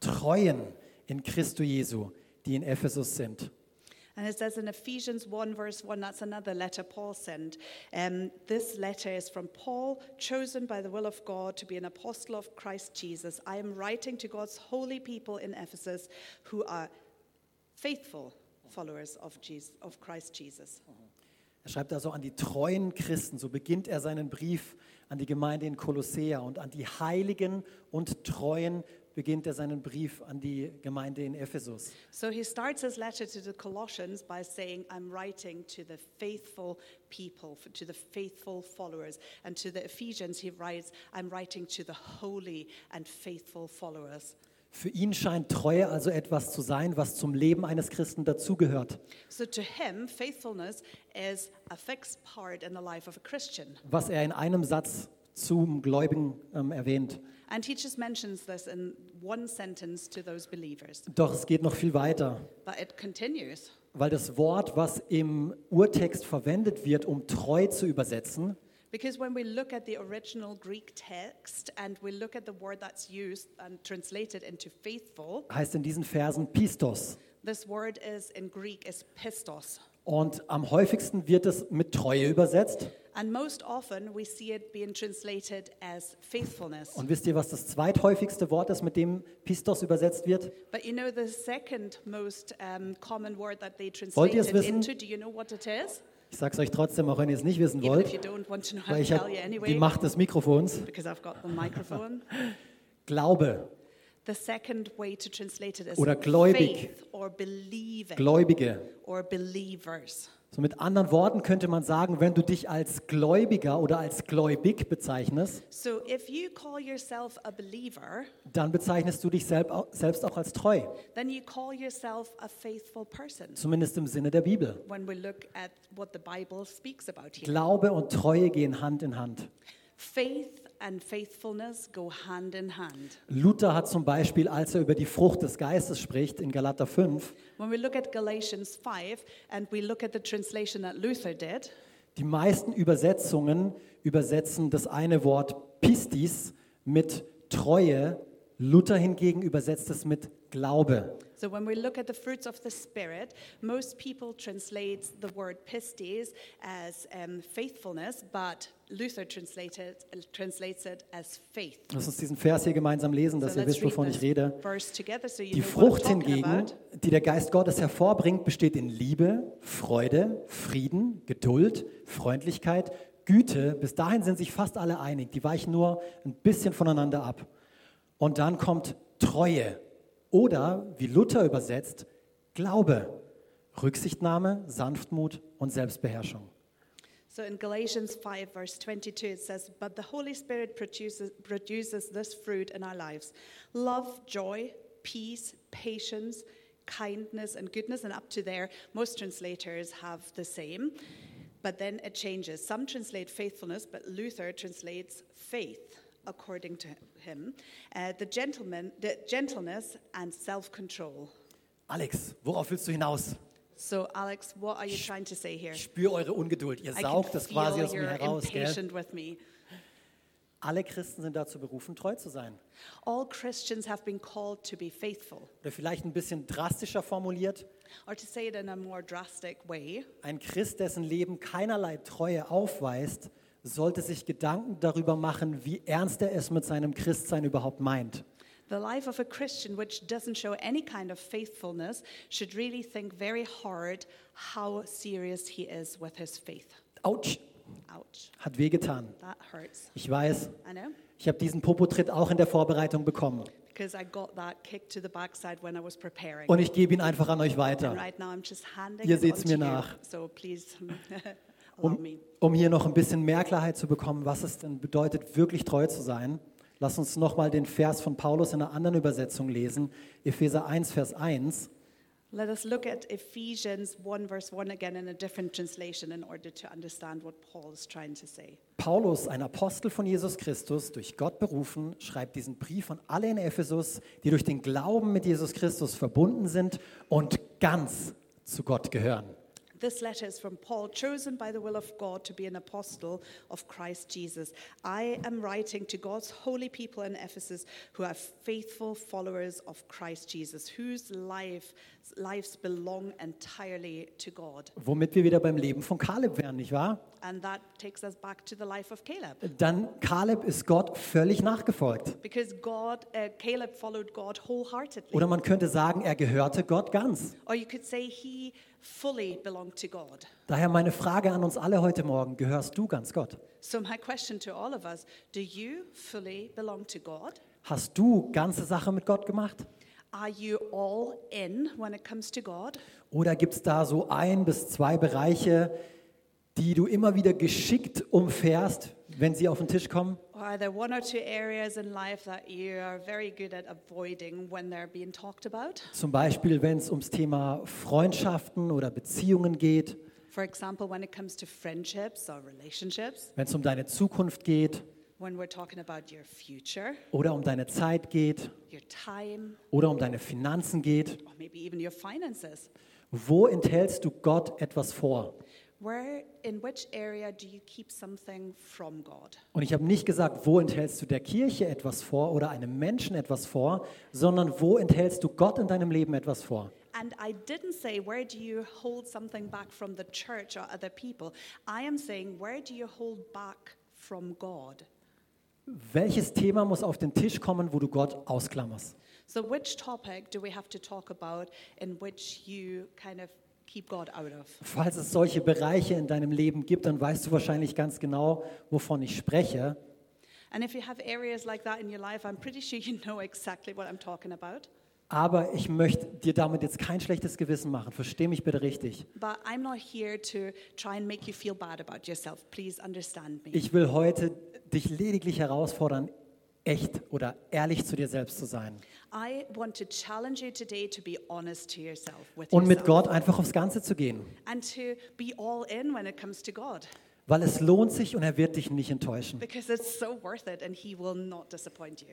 Treuen in Christo Jesu, die in Ephesus sind.
And it says in Ephesians 1, verse 1, that's another letter Paul sent. Um, this letter is from Paul, chosen by the will of God to be an apostle of Christ Jesus. I am writing to God's holy people in Ephesus who are faithful followers of, Jesus, of Christ Jesus.
Er schreibt also an die treuen Christen, so beginnt er seinen Brief an die Gemeinde in Kolossea und an die Heiligen und Treuen beginnt er seinen Brief an die Gemeinde in Ephesus.
So he starts his letter to the Colossians by saying, I'm writing to the faithful people, f- to the faithful followers. And to the Ephesians, he writes, I'm writing to the holy and faithful followers.
Für ihn scheint Treue also etwas zu sein, was zum Leben eines Christen dazugehört.
So to him, faithfulness is a fixed part in the life of a Christian.
was er in einem Satz zum Gläubigen ähm, erwähnt.
And he just mentions this in one sentence to those believers.
Doch es geht noch viel weiter,
But it continues
weil das Wort, was im Urtext verwendet wird, um treu zu übersetzen,
because when we look at the original Greek text and we look at the word that's used and translated into faithful,
heißt in diesen Versen Pistos.
this word is in Greek is pistos.
Und am häufigsten wird es mit Treue übersetzt.
And most often we see it being translated as faithfulness.
Und wisst ihr, was das zweithäufigste Wort ist, mit dem Pistos übersetzt wird?
But you know the second most um, common word that they
Wollt ihr's
translated
wissen?
into, do you know what it is?
Ich sage es euch trotzdem, auch wenn ihr es nicht wissen
Even if you
wollt,
don't want to know,
weil
I'll
ich
tell
habe
you
die
anyway
Macht des Mikrofons.
because I've got the microphone.
Glaube,
The second way to translate it is
Oder gläubig.
faith or believing
Gläubige.
or believers.
So mit anderen Worten könnte man sagen, wenn du dich als Gläubiger oder als gläubig bezeichnest,
So if you call yourself a believer,
dann bezeichnest du dich selb, selbst auch als treu,
then you call yourself a faithful person.
zumindest im Sinne der Bibel.
When we look at what the Bible speaks about here,
Glaube und Treue gehen Hand in Hand.
faith and faithfulness go hand in hand.
Luther hat zum Beispiel, als er über die Frucht des Geistes spricht, in Galater 5,
When we look at Galatians 5 and we look at the translation that Luther did,
die meisten Übersetzungen übersetzen das eine Wort Pistis mit Treue, Luther hingegen übersetzt es mit Glaube.
So when we look at the fruits of the Spirit, most people translate the word pistis as um, faithfulness, but Luther translated, translates it as faith.
Lass uns diesen Vers hier gemeinsam lesen, dass ihr wisst, wovon ich rede.
verse together so you
Die
know what
Frucht
I'm talking
hingegen,
about.
die der Geist Gottes hervorbringt, besteht in Liebe, Freude, Frieden, Geduld, Freundlichkeit, Güte. Bis dahin sind sich fast alle einig. Die weichen nur ein bisschen voneinander ab. Und dann kommt Treue oder, wie Luther übersetzt, Glaube, Rücksichtnahme, Sanftmut und Selbstbeherrschung.
So in Galatians 5, verse 22, it says, But the Holy Spirit produces, produces this fruit in our lives love, joy, peace, patience, kindness, and goodness. And up to there, most translators have the same. But then it changes. Some translate faithfulness, but Luther translates faith according to him. Uh, the gentleman, the gentleness and self-control.
Alex, worauf willst du hinaus?
So Alex, what are you trying to say here?
Ich spüre eure Ungeduld. Ihr
I can
saugt das quasi
feel
aus mir
you're
heraus. Gell?
impatient with me.
Alle Christen sind dazu berufen, treu zu sein.
All Christians have been called to be faithful.
Oder vielleicht ein bisschen drastischer formuliert,
Or to say it in a more drastic way,
ein Christ, dessen Leben keinerlei Treue aufweist, sollte sich Gedanken darüber machen, wie ernst er es mit seinem Christsein überhaupt meint.
the life of a Christian which doesn't show any kind of faithfulness should really think very hard how serious he is with his faith.
Autsch,
Ouch,
hat wehgetan.
that hurts.
Ich weiß,
I know,
ich habe diesen Popotritt auch in der Vorbereitung bekommen.
because I got that kick to the backside when I was preparing.
Und ich gebe ihn einfach an euch
And
weiter,
right now I'm just handing
Ihr
it
seht's
on to
mir
you.
nach.
So please <laughs> allow
um,
me.
um hier noch ein bisschen mehr Klarheit zu bekommen, was es denn bedeutet, wirklich treu zu sein. Lass uns nochmal den Vers von Paulus in einer anderen Übersetzung lesen, Epheser 1, Vers 1.
Let us look at Ephesians 1 verse 1 again in a different translation in order to understand what Paul is trying to say.
Paulus, ein Apostel von Jesus Christus, durch Gott berufen, schreibt diesen Brief an alle in Ephesus, die durch den Glauben mit Jesus Christus verbunden sind und ganz zu Gott gehören.
This letter is from Paul, chosen by the will of God to be an apostle of Christ Jesus. I am writing to God's holy people in Ephesus who are faithful followers of Christ Jesus, whose life, lives belong entirely to God.
Womit wir wieder beim Leben von Kaleb wären, nicht wahr?
And that takes us back to the life of Caleb.
Dann Kaleb ist Gott völlig nachgefolgt.
Because God, uh, Caleb followed God wholeheartedly.
Oder man könnte sagen, er gehörte Gott ganz.
Or you could say he fully belonged to God.
Daher meine Frage an uns alle heute Morgen, gehörst du ganz Gott?
So, my question to all of us do you fully belong to God?
Hast du ganze Sache mit Gott gemacht?
Are you all in when it comes to God?
Oder gibt es da so ein bis zwei Bereiche, die du immer wieder geschickt umfährst, wenn sie auf den Tisch kommen?
Or are there one or two areas in life that you are very good at avoiding when they're being talked about?
Zum Beispiel, wenn es ums Thema Freundschaften oder Beziehungen geht,
For example, when it comes to friendships or relationships,
wenn es um deine Zukunft geht
when we're talking about your future,
oder um deine Zeit geht
your time,
oder um deine Finanzen geht.
or maybe even your finances.
Wo enthältst du Gott etwas vor?
Where, in which area do you keep something from God?
Und ich habe nicht gesagt, wo enthältst du der Kirche etwas vor oder einem Menschen etwas vor, sondern wo enthältst du Gott in deinem Leben etwas vor?
And I didn't say, where do you hold something back from the church or other people? I am saying, where do you hold back from God?
Welches Thema muss auf den Tisch kommen, wo du Gott ausklammerst?
So, which topic do we have to talk about in which you kind of keep God out of?
Falls es solche Bereiche in deinem Leben gibt, dann weißt du wahrscheinlich ganz genau, wovon ich spreche.
And if you have areas like that in your life, I'm pretty sure you <laughs> know exactly what I'm talking about.
Aber ich möchte dir damit jetzt kein schlechtes Gewissen machen. Versteh mich bitte richtig.
But I'm not here to try and make you feel bad about yourself. Please understand me.
Ich will heute dich lediglich herausfordern, echt oder ehrlich zu dir selbst zu sein
I want to challenge you today to be honest to yourself with
und mit
yourself
Gott einfach aufs Ganze zu gehen.
and to be all in when it comes to God
Weil es lohnt sich und er wird dich nicht enttäuschen.
because it's so worth it and He will not disappoint you.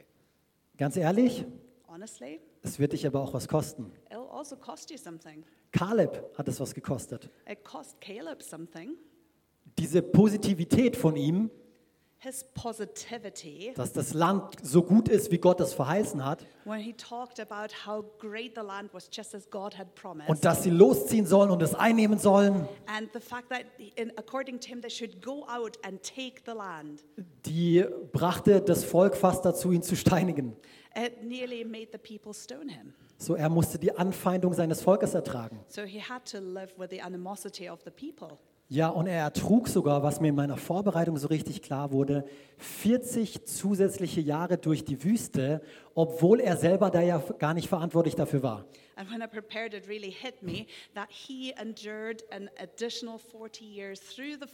Ganz ehrlich,
Honestly,
es wird dich aber auch was kosten.
it'll also cost you something.
Kaleb hat es was gekostet.
It cost Caleb something.
Diese Positivität von ihm,
His positivity
dass das Land so gut ist, wie Gott es verheißen hat,
when he talked about how great the land was just as God had promised.
und dass sie losziehen sollen und es einnehmen sollen,
And the fact that, in, according to him, they should go out and take the land.
die brachte das Volk fast dazu, ihn zu steinigen.
It nearly made the people stone him.
So er musste die Anfeindung seines Volkes ertragen.
So he had to live with the animosity of the people.
Ja, und er ertrug sogar, was mir in meiner Vorbereitung so richtig klar wurde, 40 zusätzliche Jahre durch die Wüste, obwohl er selber da ja gar nicht verantwortlich dafür war.
And when I prepared, it really hit me that he endured an additional 40 years through the,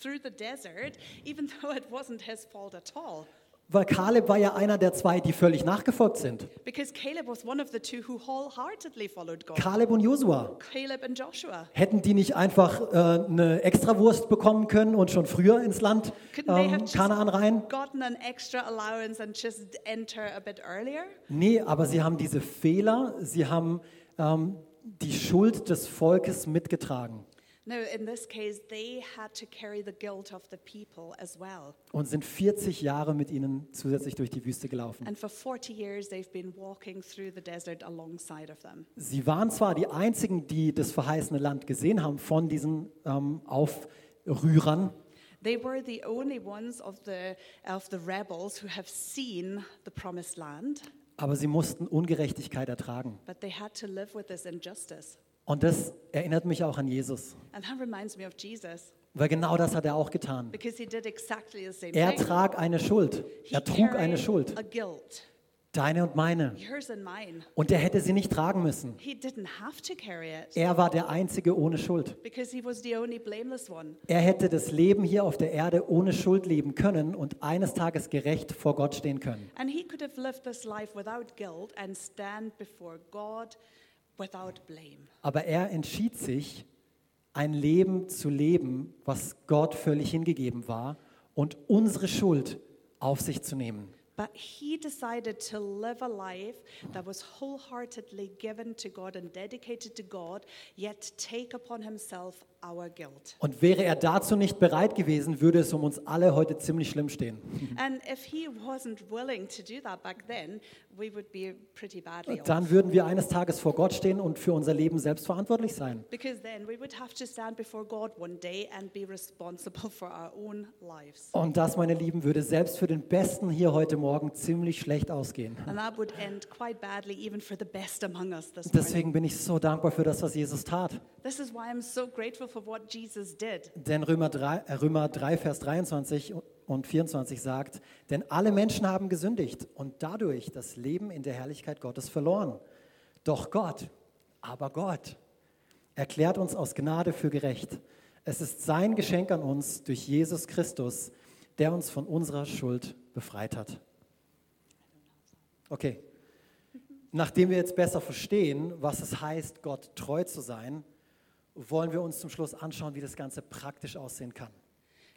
through the desert, even though it wasn't his fault at all.
Weil Kaleb war ja einer der zwei, die völlig nachgefolgt sind.
Because Caleb was one of the two who wholeheartedly followed God.
Kaleb und Josua.
Caleb and Joshua.
Hätten die nicht einfach äh, eine Extrawurst bekommen können und schon früher ins Land
Couldn't they have
ähm,
just
Kanaan rein?
gotten an extra allowance and just enter a bit earlier?
Nee, aber sie haben diese Fehler, sie haben ähm, die Schuld des Volkes mitgetragen
No, in this case, they had to carry the guilt of the people as well.
und sind 40 Jahre mit ihnen zusätzlich durch die Wüste gelaufen.
And for 40 years, they've been walking through the desert alongside of them.
Sie waren zwar die einzigen, die das verheißene Land gesehen haben von diesen ähm, Aufrührern,
They were the only ones of the, of the rebels who have seen the promised land,
aber sie mussten Ungerechtigkeit ertragen.
but they had to live with this injustice.
Und das erinnert mich auch an Jesus,
And that reminds me of Jesus,
weil genau das hat er auch getan.
because he did exactly the same
Er
thing.
trag eine Schuld,
He
er trug eine
carried
Schuld,
A guilt,
deine und meine.
yours and mine.
Und er hätte sie nicht tragen müssen.
He didn't have to carry it
Er war der Einzige ohne Schuld.
because he was the only blameless one.
Er hätte das Leben hier auf der Erde ohne Schuld leben können und eines Tages gerecht vor Gott stehen können.
And he could have lived this life without guilt and stand before God without blame.
Aber er entschied sich, ein Leben zu leben, was Gott völlig hingegeben war und unsere Schuld auf sich zu nehmen.
But he decided to live a life that was wholeheartedly given to God and dedicated to God, yet take upon himself our guilt.
Und wäre er dazu nicht bereit gewesen, würde es um uns alle heute ziemlich schlimm stehen.
and if he wasn't willing to do that back then, we would be pretty badly off.
Dann würden wir eines Tages vor Gott stehen und für unser Leben selbst verantwortlich sein.
Because then we would have to stand before God one day and be responsible <laughs> for our own lives.
Und das, meine Lieben, würde selbst für den Besten hier heute Morgen ziemlich schlecht ausgehen.
And that would end quite badly, even for the best among us this morning.
Deswegen bin ich so dankbar für das, was Jesus tat.
This is why I'm so grateful for what Jesus did.
Denn Römer 3, äh, Römer 3, Vers 23 und 24 sagt, denn alle Menschen haben gesündigt und dadurch das Leben in der Herrlichkeit Gottes verloren. Doch Gott, aber Gott, erklärt uns aus Gnade für gerecht. Es ist sein Geschenk an uns durch Jesus Christus, der uns von unserer Schuld befreit hat. Okay. Nachdem wir jetzt besser verstehen, was es heißt, Gott treu zu sein, wollen wir uns zum Schluss anschauen, wie das Ganze praktisch aussehen kann.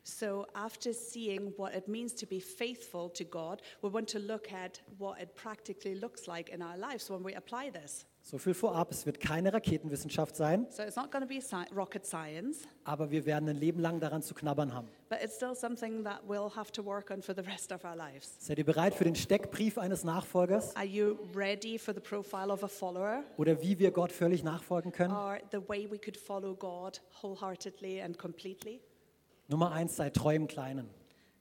So, after seeing what it means to be faithful to God, we want to look at what it practically looks like in our lives when we apply this.
So viel vorab, es wird keine Raketenwissenschaft sein,
So, it's not going to be sci- rocket science,
aber wir werden ein Leben lang daran zu knabbern haben.
but it's still something that we'll have to work on for the <laughs> rest of our lives.
Seid ihr bereit für den Steckbrief eines Nachfolgers
Are you ready for the profile of a follower?
oder wie wir Gott völlig nachfolgen können?
Or the way we could follow God wholeheartedly and completely?
Nummer eins, sei treu im Kleinen.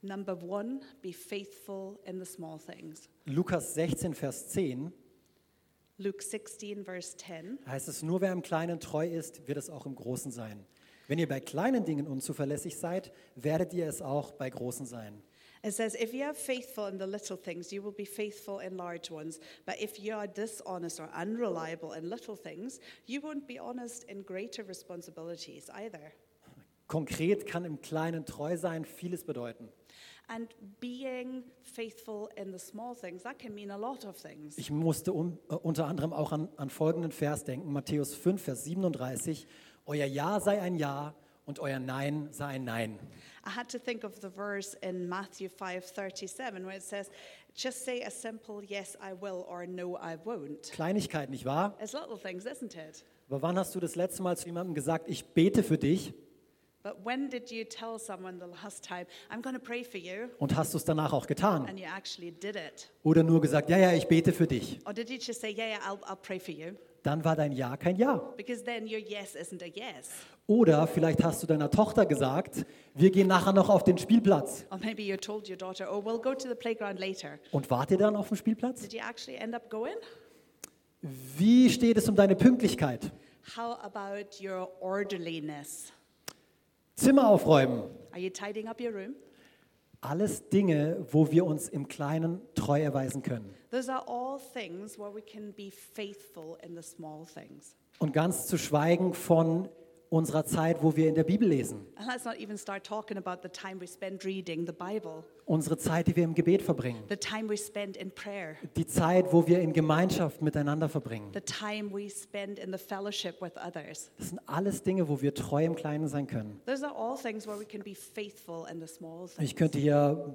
Number one, be faithful in the small things.
Lukas 16, Vers 10
Luke 16, verse 10.
heißt es, nur wer im Kleinen treu ist, wird es auch im Großen sein. Wenn ihr bei kleinen Dingen unzuverlässig seid, werdet ihr es auch bei großen sein.
It says, If you are faithful in the little things, you will be faithful in large ones. But if you are dishonest or unreliable in little things, you won't be honest in greater responsibilities either.
Konkret kann im Kleinen treu sein vieles bedeuten.
And being faithful in the small things, that can mean a lot of things.
Ich musste un, äh, unter anderem auch an, an folgenden Vers denken, Matthäus 5, Vers 37, Euer Ja sei ein Ja und euer Nein sei ein Nein.
I had to think of the verse in Matthew 5:37 where it says, "Just say a simple yes, I will, or no, I won't."
Kleinigkeit, nicht wahr?
It's little things, isn't it?
Aber wann hast du das letzte Mal zu jemandem gesagt, ich bete für dich
But when did you tell someone the last time, "I'm going to pray for you,"
und hast du es danach auch getan?
and you actually did it?
Oder nur gesagt, ja, ja, ich bete für dich?
Or did you just say, "Yeah, yeah, I'll, I'll pray for you,"
Dann war dein Ja kein Ja.
because then your yes isn't a yes.
Oder vielleicht hast du deiner Tochter gesagt, wir gehen nachher noch auf den Spielplatz.
Or maybe you told your daughter, "Oh, we'll go to the playground later."
Und wart ihr dann auf dem Spielplatz?
Did you actually end up going?
Wie steht es um deine Pünktlichkeit?
How about your orderliness?
Zimmer aufräumen.
Are you tidying up your room?
Alles Dinge, wo wir uns im Kleinen treu erweisen können.
Those are all things where we can be faithful in the small things.
Und ganz zu schweigen von unserer Zeit, wo wir in der Bibel lesen,
And let's not even start talking about the time we spend reading the Bible,
unsere Zeit, die wir im Gebet verbringen,
the time we spend in prayer,
die Zeit, wo wir in Gemeinschaft miteinander verbringen.
the time we spend in the fellowship with others.
Das sind alles Dinge, wo wir treu im Kleinen sein können.
Those are all things where we can be faithful in the small things.
Ich könnte hier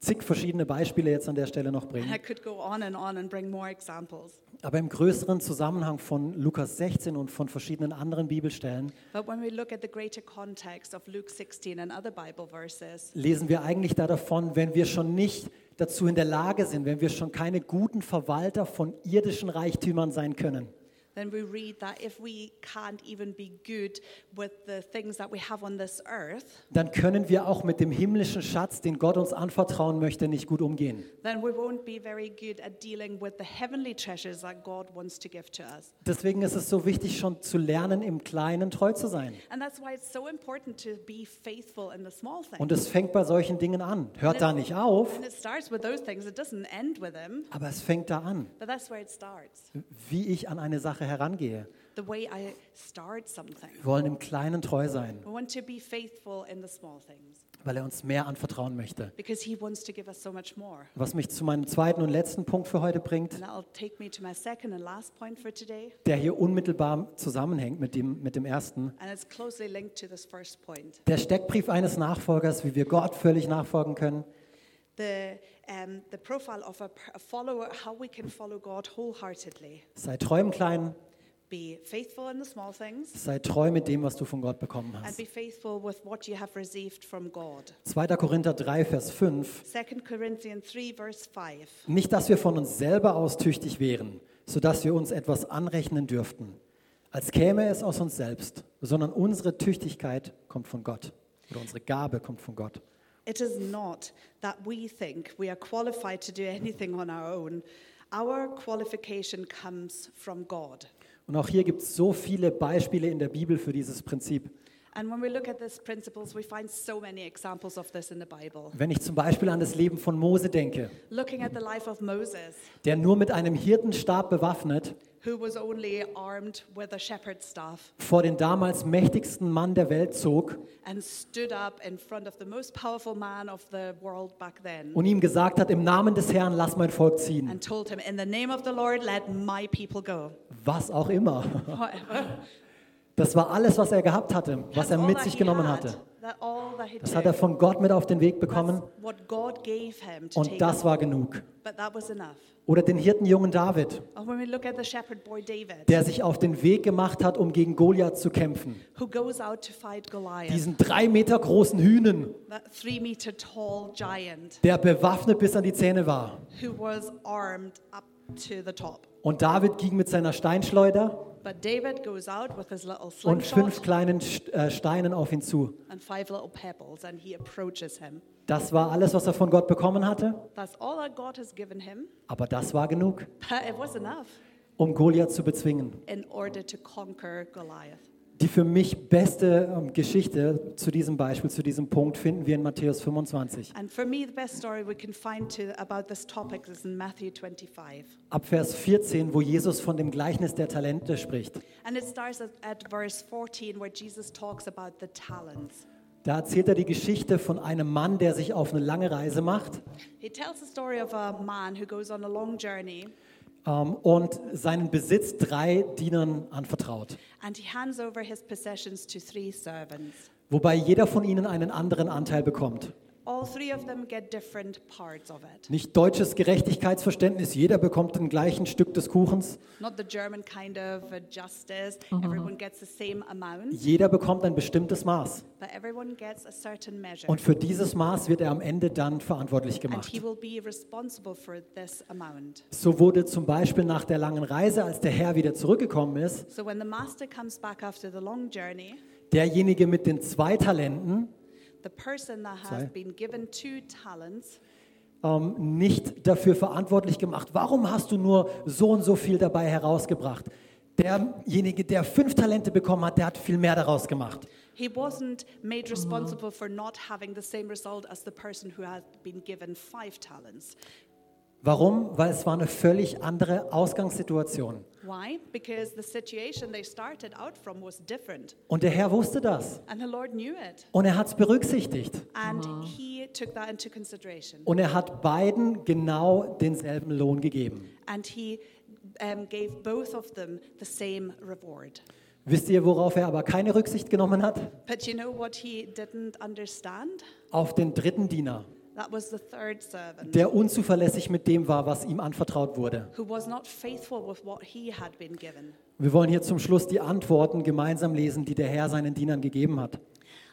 zig verschiedene Beispiele jetzt an der Stelle noch
And
bringen.
I could go on and on and bring more examples.
Aber im größeren Zusammenhang von Lukas 16 und von verschiedenen anderen Bibelstellen
But when we look at the greater context of Luke 16 and other Bible verses,
lesen wir eigentlich da davon, wenn wir schon nicht dazu in der Lage sind, wenn wir schon keine guten Verwalter von irdischen Reichtümern sein können,
then we read that if we can't even be good with the things that we have on this earth,
dann können wir auch mit dem himmlischen Schatz, den Gott uns anvertrauen möchte, nicht gut umgehen.
then we won't be very good at dealing with the heavenly treasures that God wants to give to us.
Deswegen ist es so wichtig, schon zu lernen, im Kleinen treu zu sein.
And that's why it's so important to be faithful in the small things.
Und es fängt bei solchen Dingen an. Hört da nicht auf,
and it starts with those things, it doesn't end with them,
aber es fängt da an,
but that's where it starts.
Mm. wie ich an eine Sache herangehe.
The way I start something.
Wir wollen im Kleinen treu sein,
We want to be faithful in the small things
weil er uns mehr anvertrauen möchte.
because He wants to give us so much more.
Was mich zu meinem zweiten und letzten Punkt für heute bringt,
And that'll take me to my second and last point for today,
der hier unmittelbar zusammenhängt mit dem, mit dem ersten.
and it's closely linked to this first point.
Der Steckbrief eines Nachfolgers, wie wir Gott völlig nachfolgen können.
The, um, the profile of a, per- a follower, how we can follow God wholeheartedly.
Sei treu im Kleinen,
Be faithful in the small things
sei treu mit dem, was du von Gott bekommen
and
hast.
be faithful with what you have received from God.
2. Korinther 3, Vers 5.
2 Corinthians 3, verse 5.
Nicht, dass wir von uns selber aus tüchtig wären, sodass wir uns etwas anrechnen dürften, als käme es aus uns selbst, sondern unsere Tüchtigkeit kommt von Gott oder unsere Gabe kommt von Gott.
It is not that we think we are qualified to do anything on our own. Our qualification comes from God.
Und auch hier gibt es so viele Beispiele in der Bibel für dieses Prinzip.
And when we look at these principles, we find so many examples of this in the Bible.
Wenn ich zum Beispiel an das Leben von Mose denke,
Looking at the life of Moses,
der nur mit einem Hirtenstab bewaffnet
who was only armed with a shepherd's staff
vor den damals mächtigsten Mann der Welt zog
and stood up in front of the most powerful man of the world back then
und ihm gesagt hat, im Namen des Herrn lass mein Volk ziehen,
and told him, In the name of the Lord, let my people go.
was auch immer.
Whatever.
Das war alles, was er gehabt hatte, was
That's
er
all
mit
that
sich
he
genommen
had.
hatte.
That all that he
Das
took.
hat er von Gott mit auf den Weg bekommen
That's what God gave him to
und
take
das
up,
war genug.
but that was enough.
Oder den Hirtenjungen David,
And when we look at the shepherd boy David,
der sich auf den Weg gemacht hat, um gegen Goliath zu kämpfen.
who goes out to fight Goliath,
Diesen drei Meter großen Hühnen,
that three meter tall giant
der bewaffnet bis an die Zähne war.
who was armed up to the top.
Und David ging mit seiner Steinschleuder
But David goes out with his little
und fünf
slingshot
kleinen St- äh, Steinen auf ihn zu.
and five little pebbles, and he approaches him.
Das war alles, was er von Gott bekommen hatte,
That's all that God has given him,
aber das war genug,
but it was enough
um Goliath zu bezwingen.
in order to conquer Goliath.
Die für mich beste ähm, Geschichte zu diesem Beispiel, zu diesem Punkt finden wir in Matthäus 25.
And for me, the best story we can find to, about this topic is in Matthew 25.
Ab Vers 14, wo Jesus von dem Gleichnis der Talente spricht.
And it starts at, at verse 14 where Jesus talks about the talents.
Da erzählt er die Geschichte von einem Mann, der sich auf eine lange Reise macht
He tells the story of a man who goes on a long journey
ähm, und seinen Besitz drei Dienern anvertraut.
and he hands over his possessions to three servants.
Wobei jeder von ihnen einen anderen Anteil bekommt.
All three of them get different parts of it.
Nicht deutsches Gerechtigkeitsverständnis, jeder bekommt den gleichen Stück des Kuchens.
Not the German kind of uh, justice, everyone gets the same amount,
Jeder bekommt ein bestimmtes Maß.
but everyone gets a certain measure.
Und für dieses Maß wird er am Ende dann verantwortlich
And
gemacht.
he will be responsible for this amount.
So wurde zum Beispiel nach der langen Reise, als der Herr wieder zurückgekommen ist,
So when the master comes back after the long journey,
derjenige mit den zwei Talenten
the person that has
Sorry.
been given two talents
ähm, nicht dafür verantwortlich gemacht. Warum hast du nur so und so viel dabei herausgebracht? Derjenige, der fünf Talente bekommen hat, der hat viel mehr daraus gemacht.
He wasn't made responsible for not having the same result as the person who had been given five talents.
Warum? Weil es war eine völlig andere Ausgangssituation.
Why? Because the situation they started out from was different.
Und der Herr wusste das.
And the Lord knew it.
Und er hat es berücksichtigt.
And He took that into consideration.
Und er hat beiden genau denselben Lohn gegeben.
And He um, gave both of them the same reward.
Wisst ihr, worauf er aber keine Rücksicht genommen hat?
But you know what He didn't understand?
Auf den dritten Diener,
That was the third servant
der unzuverlässig mit dem war, was ihm anvertraut wurde.
who was not faithful with what he had been given.
Wir wollen hier zum Schluss die Antworten gemeinsam lesen, die der Herr seinen Dienern gegeben hat.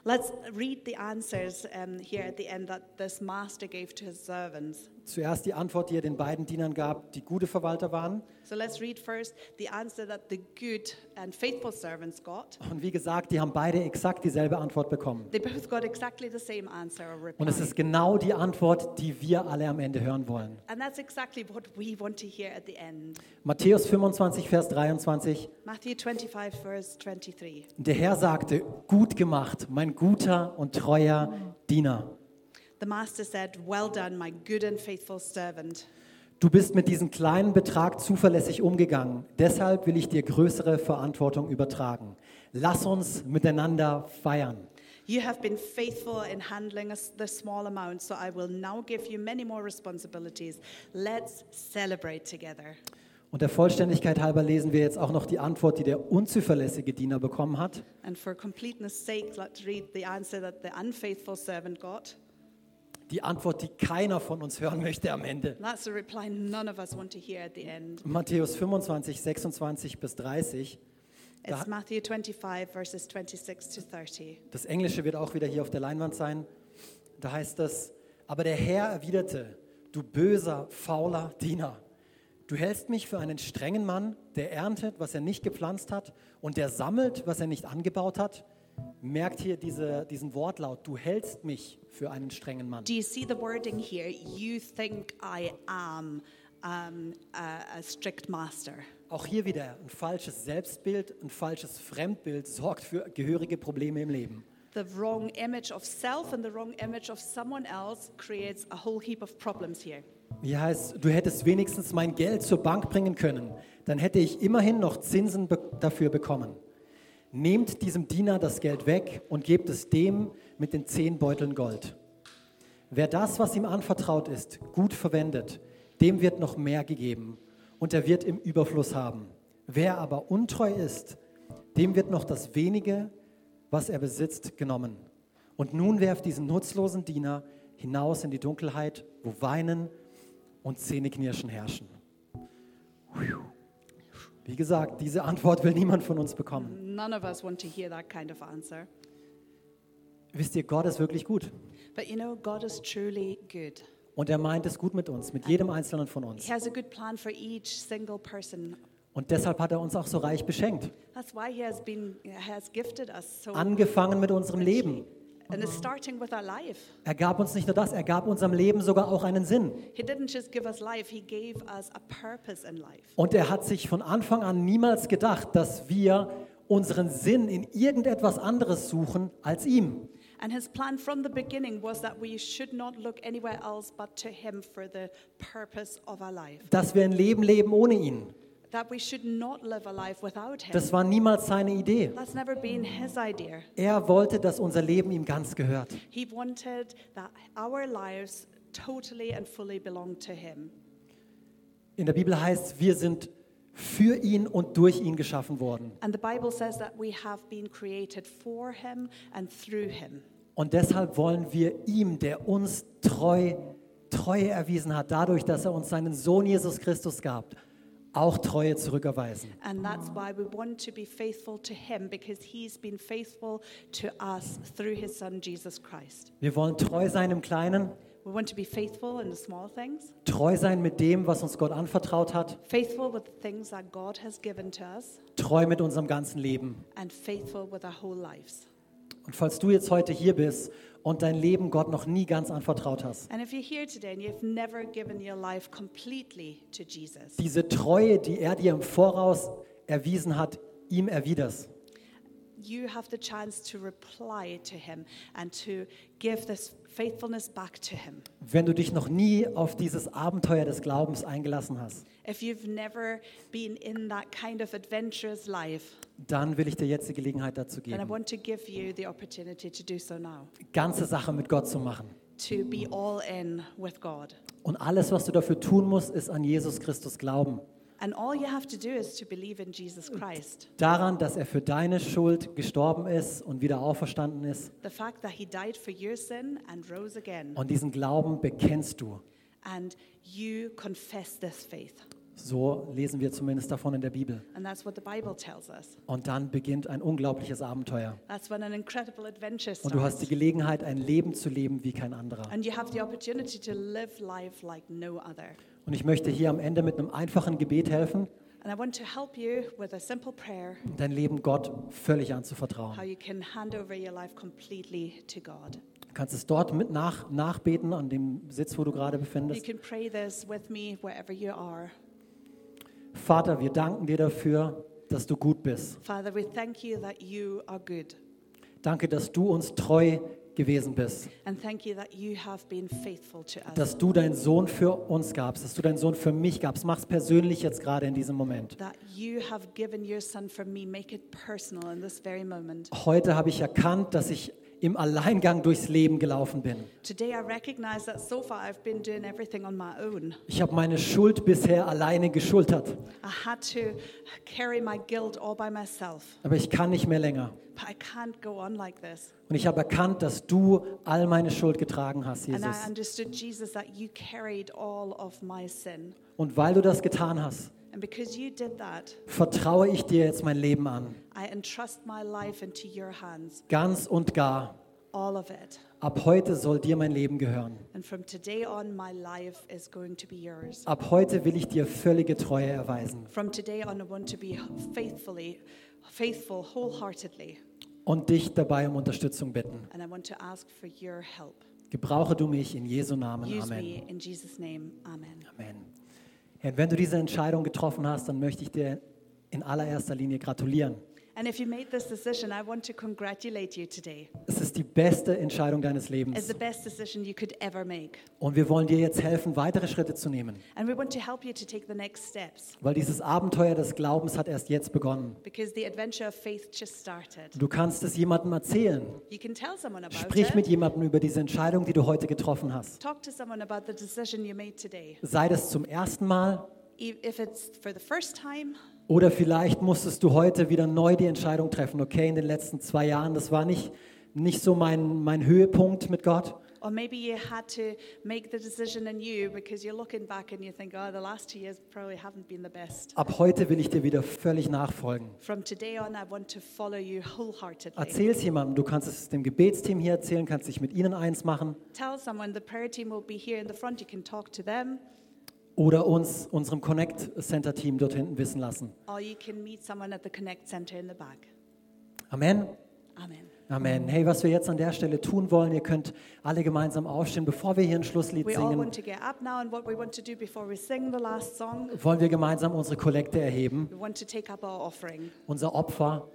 Let's read the answers um, here at the end that this master gave to his servants.
Zuerst die Antwort, die er den beiden Dienern gab, die gute Verwalter waren.
So let's read first the answer that the good and faithful servants got.
Und wie gesagt, die haben beide exakt dieselbe Antwort bekommen.
They both got exactly the same answer or reply.
Und es ist genau die Antwort, die wir alle am Ende hören wollen.
and that's exactly what we want to hear at the end.
Matthäus 25, Vers 23.
Matthew 25, verse 23.
Der Herr sagte, gut gemacht, mein guter und treuer Diener.
The master said, Well done, my good and faithful servant.
Du bist mit diesem kleinen Betrag zuverlässig umgegangen. Deshalb will ich dir größere Verantwortung übertragen. Lass uns miteinander feiern.
You have been faithful in handling us the small amount, so I will now give you many more responsibilities. Let's celebrate together.
Und der Vollständigkeit halber lesen wir jetzt auch noch die Antwort, die der unzuverlässige Diener bekommen hat.
And for completeness sake, let's read the answer that the unfaithful servant got.
Die Antwort, die keiner von uns hören möchte am Ende.
That's a reply none of us want to hear at the end.
Matthäus 25, 26 bis 30.
It's
Da-
Matthew 25, verses 26 to 30.
Das Englische wird auch wieder hier auf der Leinwand sein. Da heißt es, aber der Herr erwiderte, du böser, fauler Diener, du hältst mich für einen strengen Mann, der erntet, was er nicht gepflanzt hat und der sammelt, was er nicht angebaut hat. Merkt hier diese, diesen Wortlaut, du hältst mich für einen strengen Mann.
Do you see the wording here? You think I am um, a, a strict master.
Auch hier wieder ein falsches Selbstbild, ein falsches Fremdbild sorgt für gehörige Probleme im Leben.
The wrong image of self and the wrong image of someone else creates a whole heap of problems here.
Hier heißt, du hättest wenigstens mein Geld zur Bank bringen können, dann hätte ich immerhin noch Zinsen be dafür bekommen. Nehmt diesem Diener das Geld weg und gebt es dem mit den zehn Beuteln Gold. Wer das, was ihm anvertraut ist, gut verwendet, dem wird noch mehr gegeben und er wird im Überfluss haben. Wer aber untreu ist, dem wird noch das wenige, was er besitzt, genommen. Und nun werft diesen nutzlosen Diener hinaus in die Dunkelheit, wo Weinen und Zähneknirschen herrschen. Wie gesagt, diese Antwort will niemand von uns bekommen.
None of us want to hear that kind of answer.
Wisst ihr, Gott ist wirklich gut.
But you know, God is truly good.
Und er meint es gut mit uns, mit jedem Einzelnen von uns.
He has a good plan for each single person.
Und deshalb hat er uns auch so reich beschenkt.
That's why He has been has gifted us so
Angefangen mit unserem Leben.
And it's starting with our life.
Er gab uns nicht nur das, er gab unserem Leben sogar auch einen Sinn.
He didn't just give us life, He gave us a purpose in life.
Und er hat sich von Anfang an niemals gedacht, dass wir unseren Sinn in irgendetwas anderes suchen als ihm.
And His plan from the beginning was that we should not look anywhere else but to Him for the purpose of our life,
Dass wir ein Leben leben ohne ihn.
that we should not live a life without Him.
Das war niemals seine Idee.
That's never been His idea.
Er wollte, dass unser Leben ihm ganz gehört.
He wanted that our lives totally and fully belong to Him.
In der Bibel heißt, wir sind für ihn und durch ihn geschaffen worden.
And the Bible says that we have been created for Him and through Him.
Und deshalb wollen wir ihm, der uns treu, Treue erwiesen hat, dadurch, dass er uns seinen Sohn Jesus Christus gab, auch Treue zurückerweisen.
And that's why we want to be faithful to him because he's been faithful to us through his son Jesus Christ.
Wir wollen treu sein im Kleinen,
We want to be faithful in the small things,
treu sein mit dem, was uns Gott anvertraut hat,
faithful with the things that God has given to us,
treu mit unserem ganzen Leben.
and faithful with our whole lives.
Und falls du jetzt heute hier bist und dein Leben Gott noch nie ganz anvertraut hast,
And if you're here today and you've never given your life completely to Jesus,
diese Treue, die er dir im Voraus erwiesen hat, ihm erwiderst.
you have the chance to reply to him and to give this faithfulness back to him.
Wenn du dich noch nie auf dieses Abenteuer des Glaubens eingelassen hast,
If you've never been in that kind of adventurous life,
dann will ich dir jetzt die Gelegenheit dazu
then I
geben,
want to give you the opportunity to do so now,
ganze Sache mit Gott zu machen.
to be all in with God.
Und alles, was du dafür tun musst, ist an Jesus Christus glauben.
And all you have to do is to believe in Jesus Christ.
Daran, dass er für deine Schuld gestorben ist und wieder auferstanden ist.
The fact that he died for your sin and rose again.
Und diesen Glauben bekennst du.
And you confess this faith.
So lesen wir zumindest davon in der Bibel.
And that's what the Bible tells us.
Und dann beginnt ein unglaubliches Abenteuer.
That's when an incredible adventure
Und du
starts.
hast die Gelegenheit, ein Leben zu leben wie kein anderer.
And you have the opportunity to live life like no other.
Und ich möchte hier am Ende mit einem einfachen Gebet helfen,
And I want to help you with a simple prayer
dein Leben Gott völlig
how
anzuvertrauen.
you can hand over your life completely to God.
Du kannst es dort mit nach, nachbeten, an dem Sitz, wo du gerade
You
befindest.
can pray this with me wherever you are.
Vater, wir danken dir dafür, dass du gut bist.
Father, we thank you that you are good.
Danke, dass du uns treu gewesen bist,
And thank you that you have been faithful to us.
dass du deinen Sohn für uns gabst, dass du deinen Sohn für mich gabst. Mach's persönlich jetzt gerade in diesem Moment.
that you have given your son for me. Make it personal in this very moment.
Heute habe ich erkannt, dass ich im Alleingang durchs Leben gelaufen bin.
Today, I recognize that so far I've been doing everything on my own.
Ich habe meine Schuld bisher alleine geschultert,
I had to carry my guilt all by myself,
aber ich kann nicht mehr länger.
but I can't go on like this.
Und ich habe erkannt, dass du all meine Schuld getragen hast,
And I
Jesus.
understood, Jesus, that you carried all of my sin.
Und weil du das getan hast,
And because you did that,
vertraue ich dir jetzt mein Leben an.
I entrust my life into your hands,
Ganz und gar.
all of it.
Ab heute soll dir mein Leben gehören.
And from today on, my life is going to be yours.
Ab heute will ich dir völlige Treue erweisen.
From today on, I want to be faithfully, faithful wholeheartedly.
und dich dabei um Unterstützung bitten.
And I want to ask for your help.
Gebrauche du mich in Jesu Namen.
Use
Amen.
me in Jesus' name. Amen.
Amen. Herr, wenn du diese Entscheidung getroffen hast, dann möchte ich dir in allererster Linie gratulieren.
And if you made this decision, I want to congratulate you today.
Es ist die beste Entscheidung deines
It's
Lebens.
the best decision you could ever make.
Und wir wollen dir jetzt helfen, weitere Schritte zu nehmen,
And we want to help you to take the next steps
weil dieses Abenteuer des Glaubens hat erst jetzt begonnen.
because the adventure of faith just started.
Du kannst es jemandem erzählen.
You can tell someone about
Sprich mit
it.
jemandem über diese Entscheidung, die du heute getroffen hast.
Talk to someone about the decision you made today.
Sei das zum ersten Mal
E- If it's for the first time,
Oder vielleicht musstest du heute wieder neu die Entscheidung treffen, okay, in den letzten zwei Jahren, das war nicht, nicht so mein, mein Höhepunkt mit Gott.
or maybe you had to make the decision anew because you're looking back and you think, oh, the last two years probably haven't been the best.
Ab heute will ich dir wieder völlig nachfolgen.
From today on, I want to follow you wholeheartedly.
Erzähl es jemandem, du kannst es dem Gebetsteam hier erzählen, kannst dich mit ihnen eins machen
Tell someone the prayer team will be here in the front. You can talk to them,
oder uns, unserem Connect Center Team dort hinten wissen lassen.
or you can meet someone at the Connect Center in the back.
Amen.
Amen.
Amen. Hey, was wir jetzt an der Stelle tun wollen, ihr könnt alle gemeinsam aufstehen, bevor wir hier ein Schlusslied
We all
singen,
want to get up now, and what we want to do before we sing the last song,
wollen wir gemeinsam unsere Kollekte erheben,
we want to take up our offering.
unser Opfer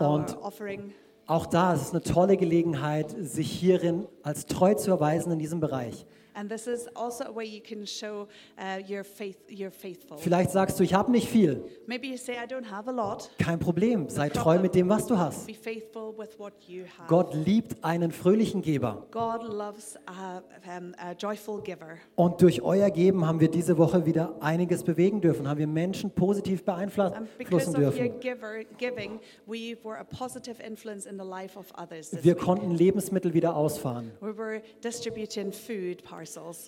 Our
und
offering.
Auch da es ist eine tolle Gelegenheit, sich hierin als treu zu erweisen in diesem Bereich.
And this is also a way you can show uh, your faith. You're faithful.
Vielleicht sagst du, ich habe nicht viel.
Maybe you say, "I don't have a lot."
Kein Problem, sei
problem.
treu mit dem, was du hast.
Be faithful with what you have.
Gott liebt einen fröhlichen Geber.
God loves a, um, a joyful giver.
Und durch euer Geben haben wir diese Woche wieder einiges bewegen dürfen, haben wir Menschen positiv
And because
beeinflussen
of your
dürfen.
giver, giving, we were a positive influence in the life of others. This
Wir
week.
konnten Lebensmittel wieder ausfahren,
We were distributing food parcels.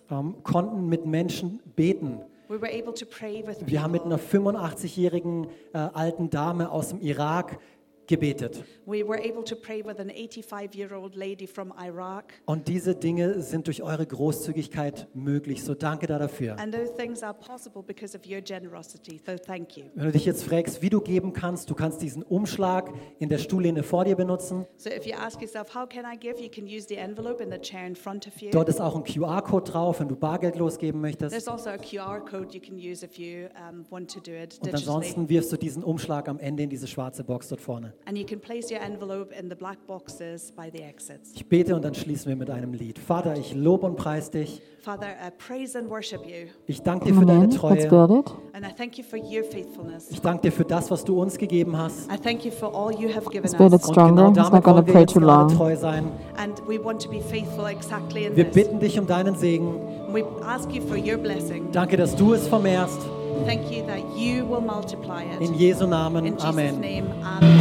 ähm, konnten mit Menschen beten.
We were able to pray with
Wir haben mit einer
people.
85-jährigen äh, alten Dame aus dem Irak gebetet.
We were able to pray with an 85 year old lady from Iraq.
Und diese Dinge sind durch eure Großzügigkeit möglich. So danke da dafür.
And those things are possible because of your generosity. So thank you.
Wenn du dich jetzt fragst, wie du geben kannst, du kannst diesen Umschlag in der Stuhllehne vor dir benutzen.
So if you ask yourself, how can I give? You can use the envelope in the chair in front of you.
Dort ist auch ein QR-Code drauf, wenn du Bargeld losgeben möchtest.
There's also a QR code you can use if you um, want to do it
Und
digitally.
ansonsten wirfst du diesen Umschlag am Ende in diese schwarze Box dort vorne.
And you can place your envelope in the black boxes by the exits.
Ich bete und dann schließen wir mit einem Lied. Vater, ich lobe und preis dich.
Father, I praise and worship you.
Ich danke dir für deine
Amen. That's
Treue.
Birgit.
And I thank you for your faithfulness.
Ich danke dir für das, was du uns gegeben hast.
I thank you for all you have given
Birgit's
us.
Und
Stronger.
genau
He's
damit
not gonna
wollen wir
pray
jetzt
too
gerade
long.
treu sein.
And we want to be faithful exactly in
Wir
this.
bitten dich um deinen Segen.
We ask you for your blessing.
Danke, dass du es vermehrst.
Thank you that you will multiply it.
In Jesu
In
Namen.
Jesus'
Amen.
name, amen.